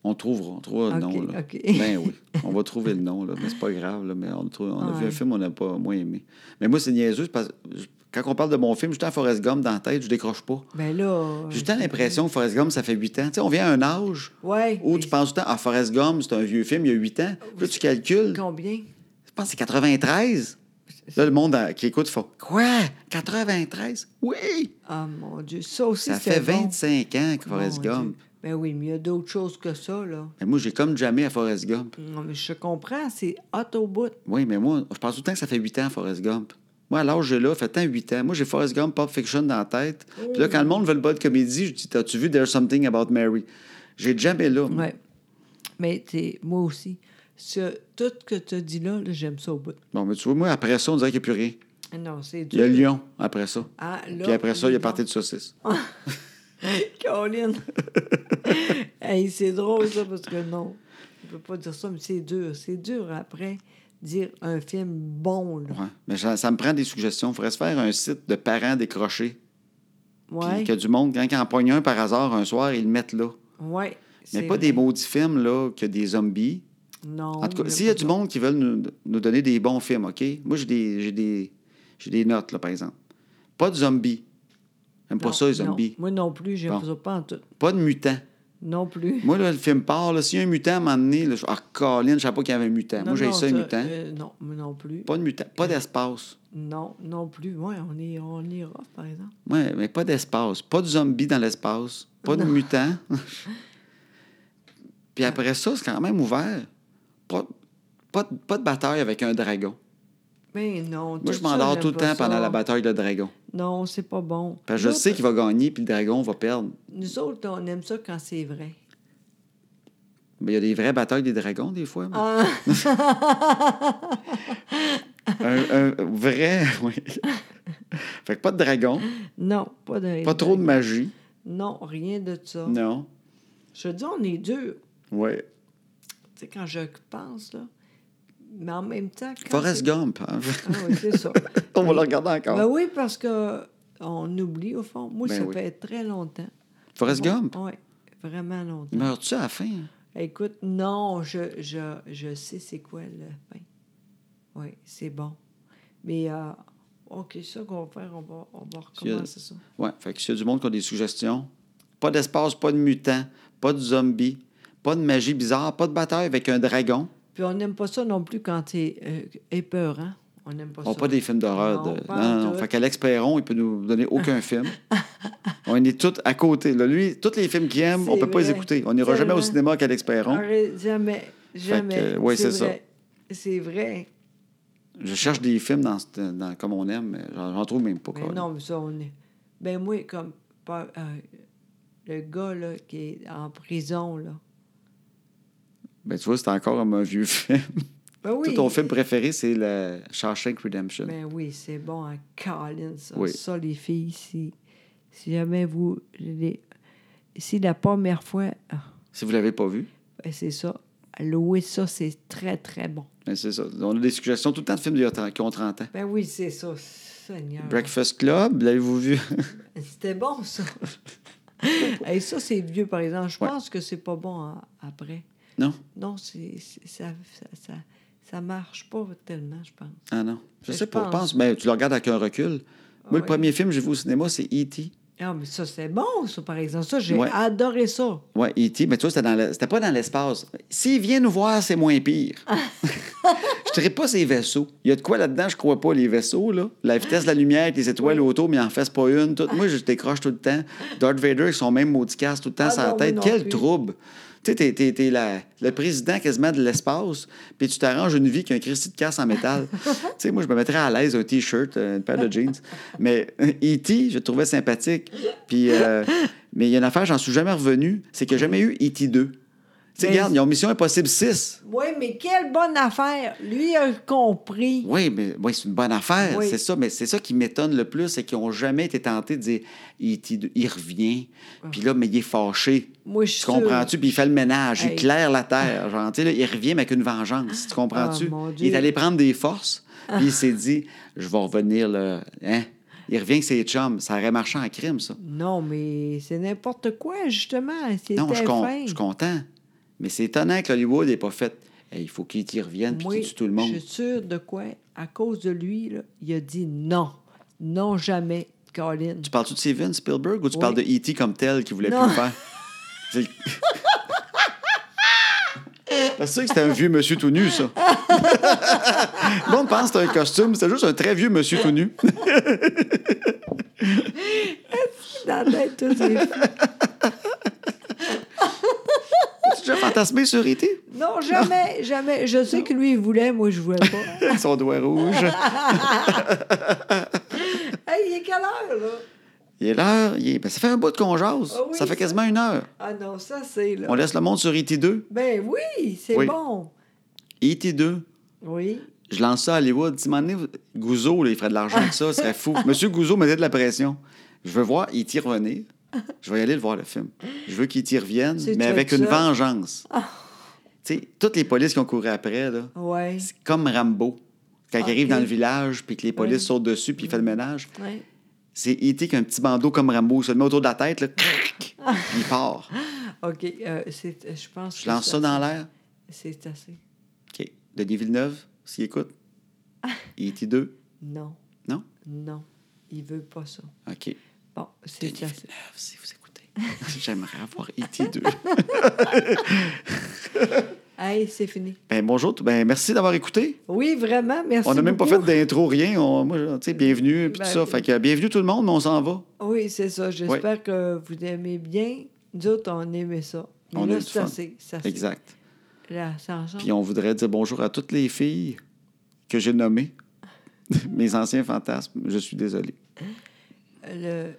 On trouvera, on trouvera le Ok, nom. Là. ok. Ben oui, on va trouver le nom, là. mais c'est pas grave. Là. Mais on, le trouve- on a vu un Ouais. film, on n'a pas moins aimé. Mais moi, c'est niaiseux. c'est parce que je- Quand on parle de mon film, j'étais à Forrest Gump dans la tête, je décroche pas. Ben là. J'ai tout le temps l'impression que Forrest Gump, ça fait 8 ans. Tu sais, on vient à un âge Ouais. où mais tu penses tout le temps, ah, Forrest Gump, c'est un vieux film, il y a 8 ans. Puis là, tu calcules. Combien? Je pense que c'est 93. Là, le monde euh, qui écoute fait Quoi 93 Oui Ah, mon Dieu. Ça aussi, Ça c'était fait bon. 25 ans que Forrest Mon Dieu. Gump. Ben oui, mais il y a d'autres choses que ça, là. Mais moi, j'ai comme jamais à Forrest Gump. Non, mais je comprends, c'est hot au bout. Oui, mais moi, je pense tout le temps que ça fait 8 ans, Forrest Gump. Moi, à l'âge que j'ai là, ça fait tant 8 ans. Moi, j'ai Forrest Gump, Pop Fiction dans la tête. Puis là, quand le monde veut le bas de comédie, je dis T'as-tu vu There's Something About Mary J'ai jamais là. moi. Ouais. Mais t'es, moi aussi. Ce, tout ce que tu as dit là, là, j'aime ça au bout. Bon, mais tu vois, moi, après ça, on dirait qu'il n'y a plus rien. Ah Non, c'est Il y dur. a Lyon après ça. Ah, là, Puis après ça, il y a non. parti de saucisse. Caroline. Hey, c'est drôle, ça, parce que non. Je peux pas dire ça, mais c'est dur. C'est dur après dire un film bon, là. Ouais. Mais ça, ça me prend des suggestions. Il faudrait se faire un site de parents décrochés. Ouais. Puis que du monde, quand ils en pognent un par hasard un soir, ils le mettent là. Ouais. Mais c'est pas des vrai. maudits films, là, que des zombies. Non. En tout mais cas, s'il y a pas du ça. monde qui veut nous, nous donner des bons films, OK? Moi, j'ai des, j'ai des, j'ai des notes, là, par exemple. Pas de zombies. J'aime pas Non, ça, les non. zombies. Moi non plus, j'aime Bon. ça pas en tout. Pas de mutants. Non plus. Moi, là, le film part, là, s'il y a un mutant, à un moment donné, là, je... ah, Colin, je savais pas qu'il y avait un mutant. Non, Moi, j'ai non, ça, un mutant. euh, non, moi non plus. Pas de mutant. Pas d'espace. Non, non plus. Ouais, on est, on est rough, par exemple. Ouais, mais pas d'espace. Pas de zombies dans l'espace. Pas de mutants. Puis après ça, c'est quand même ouvert. Pas, pas, de- pas de bataille avec un dragon. Mais non. Moi, je m'endors tout le temps pendant la bataille. bataille de dragon. Non, c'est pas bon. Parce que je Nous sais autres- qu'il va gagner, puis le dragon va perdre. Nous autres, on aime ça quand c'est vrai. Mais il y a des vraies batailles des dragons, des fois. mais- Ah, Un, un vrai, oui. fait que pas de dragon, non, pas de. pas trop de magie. Non, rien de ça. Non. Je te dis, on est dur. Oui. Tu sais, quand je pense, là. Mais en même temps. quand c'est- Forrest Gump. hein. Ah oui, c'est ça. On va le regarder encore. ben oui, parce que on oublie, au fond. Moi, Ben ça oui. fait très longtemps. Forrest Gump. Oui, vraiment longtemps. Ben, Il meurt-tu à la fin? hein? Écoute, non, je, je, je sais c'est quoi le pain. Oui, c'est bon. Mais, euh, OK, ça qu'on va faire, on va, on va recommencer ça. Ouais. Fait que s'il y a du monde qui a des suggestions, pas d'espace, pas de mutants, pas de zombies, pas de magie bizarre, pas de bataille avec un dragon. Puis on n'aime pas ça non plus quand t'es euh, épeurant. On n'aime pas On ça. pas des films d'horreur. Non, de- pas Non, non, non. tout. Fait qu'Alex Perron, il peut nous donner aucun film. on est tous à côté. là. Lui, tous les films qu'il aime, C'est on peut pas les vrai. écouter. On n'ira jamais au Tellement. cinéma qu'Alex Perron. Arrête, Ah, jamais, jamais. que, euh, ouais, c'est ça. vrai. C'est vrai. Je cherche des films dans, cette- dans- comme on aime, mais j'en j'en trouve même pas. Mais quoi. non, mais ça, on est... Ben moi, comme pas- euh, le gars là, qui est en prison, là. Ben, tu vois, c'est encore comme un vieux film. Ben oui. Tout ton film préféré, c'est le Shawshank Redemption. Ben oui, c'est bon à Colin, ça. Oui. Ça, les filles, si, si jamais vous. les- si la première fois. ah, Si vous l'avez pas vu, ben c'est ça. Louer ça, c'est très, très bon. ben, c'est ça. On a des suggestions tout le temps de films d'il y a 30 qui ont 30 ans. Ben oui, c'est ça. Seigneur. Breakfast Club, l'avez-vous vu? C'était bon, ça. Et ça, c'est vieux, par exemple. Je Ouais. pense que c'est pas bon à- après. non? Non, c'est, c'est- ça, ça, ça, ça marche pas tellement, je pense. Ah non. Je Je sais pas, je pense. pense. Ben, tu le regardes avec un recul. Moi, le ouais. premier film que j'ai vu au cinéma, c'est E E.T. Ah, mais ça, c'est bon, ça, par exemple. Ça, j'ai Ouais. adoré ça. Ouais, E E.T., mais tu vois, c'était dans le- c'était pas dans l'espace. S'il vient nous voir, c'est moins pire. Je ne pas ces vaisseaux. Il y a de quoi là-dedans, je crois pas, les vaisseaux, là. La vitesse de la lumière, avec les étoiles autour, mais il en fasse pas une. Tout. Moi, je décroche tout le temps. Darth Vader, avec son même maudit casque tout le temps Ah sur la non, tête. moi non Quel plus. trouble! Tu sais, t'es- t'es t'es la- le président quasiment de l'espace, puis tu t'arranges une vie qui a un Christy de casse en métal. tu sais, moi, je me mettrais à l'aise un T-shirt, euh, une paire de jeans. Mais E.T., je le trouvais sympathique. Puis, euh, mais il y a une affaire, j'en suis jamais revenu, c'est qu'il n'y a jamais eu E.T. 2. Tu sais, Mais- regarde, ils ont Mission Impossible 6. Oui, mais quelle bonne affaire. Lui a compris. Oui, mais oui, c'est une bonne affaire, Oui. c'est ça. Mais c'est ça qui m'étonne le plus, c'est qu'ils n'ont jamais été tentés de dire il, il- il revient, Ah. puis là, mais il est fâché. Moi, je suis Tu comprends-tu? Puis il fait le ménage, Hey. il claire la terre. Genre, tu sais, là, il revient, mais avec une vengeance. Tu comprends-tu? Ah, mon Dieu. Ah. il est allé prendre des forces, puis il s'est dit je vais revenir, là. Hein? Il revient que c'est chum. Ça aurait marché en crime, ça. Non, mais c'est n'importe quoi, justement. C'était Non, je suis con- fin. je suis content. Mais c'est étonnant que l'Hollywood n'est pas fait. Hey, il faut qu'il y revienne, puis Moi, qu'il tue tout le monde. Je suis sûre de quoi? À cause de lui, là, il a dit non. Non, jamais, Colin. Tu parles-tu de Steven Spielberg ou tu Oui. parles de E.T. comme tel qui voulait Non. plus le faire? C'est Parce que c'était un vieux monsieur tout nu, ça. Le monde pense que c'est un costume, c'était juste un très vieux monsieur tout nu. Dans la tête, tous les- tu déjà fantasmé sur E E.T.? Non, jamais, jamais. Je sais que lui, il voulait, moi, je voulais pas. Son doigt rouge. hey, il est quelle heure, là? Il est l'heure. il est- ben, ça fait un bout qu'on jase. Ah oui, ça fait ça- quasiment une heure. Ah non, ça, c'est là. On laisse le monde sur E E.T. 2. Ben oui, c'est Oui. bon. E.T. 2. Oui. Je lance ça à Hollywood. Dis, m'en Gouzeau, là, il ferait de l'argent avec ça, ce serait fou. Monsieur Gouzeau mettait de la pression. Je veux voir E.T. revenir. Je vais y aller le voir, le film. Je veux qu'E.T. revienne, C'est mais tout avec une ça. vengeance. Ah. Tu sais, toutes les polices qui ont couru après, là, Ouais. c'est comme Rambo. Quand Ok. il arrive dans le village, puis que les polices Ouais. sautent dessus, puis il fait le ménage, Ouais. c'est E.T. qui a un petit bandeau comme Rambo. Il se le met autour de la tête, là, cric, Ah. puis il part. OK. euh, c'est- je pense Je que lance c'est ça dans assez. l'air. C'est assez. OK. Denis Villeneuve, s'il écoute. E E.T. 2. Non, Non? non. Il veut pas ça. OK. Bon, Denis c'est assez. Villeneuve, si vous écoutez, j'aimerais avoir E E.T. 2. Hey, c'est fini. Ben bonjour, tout- ben merci d'avoir écouté. Oui, vraiment, merci on n'a même pas fait beaucoup. d'intro, rien. On, moi, je- tu sais, bienvenue, puis Ben, tout ça. Fait que bienvenue tout le monde, mais on s'en va. Oui, c'est ça. J'espère que vous aimez bien. Nous autres, on aimait ça. Mais On a eu là, du c'est fun. assez. c'est assez. Exact. Là, ça en change. Puis on voudrait dire bonjour à toutes les filles que j'ai nommées. Mes anciens fantasmes, je suis désolé. Le...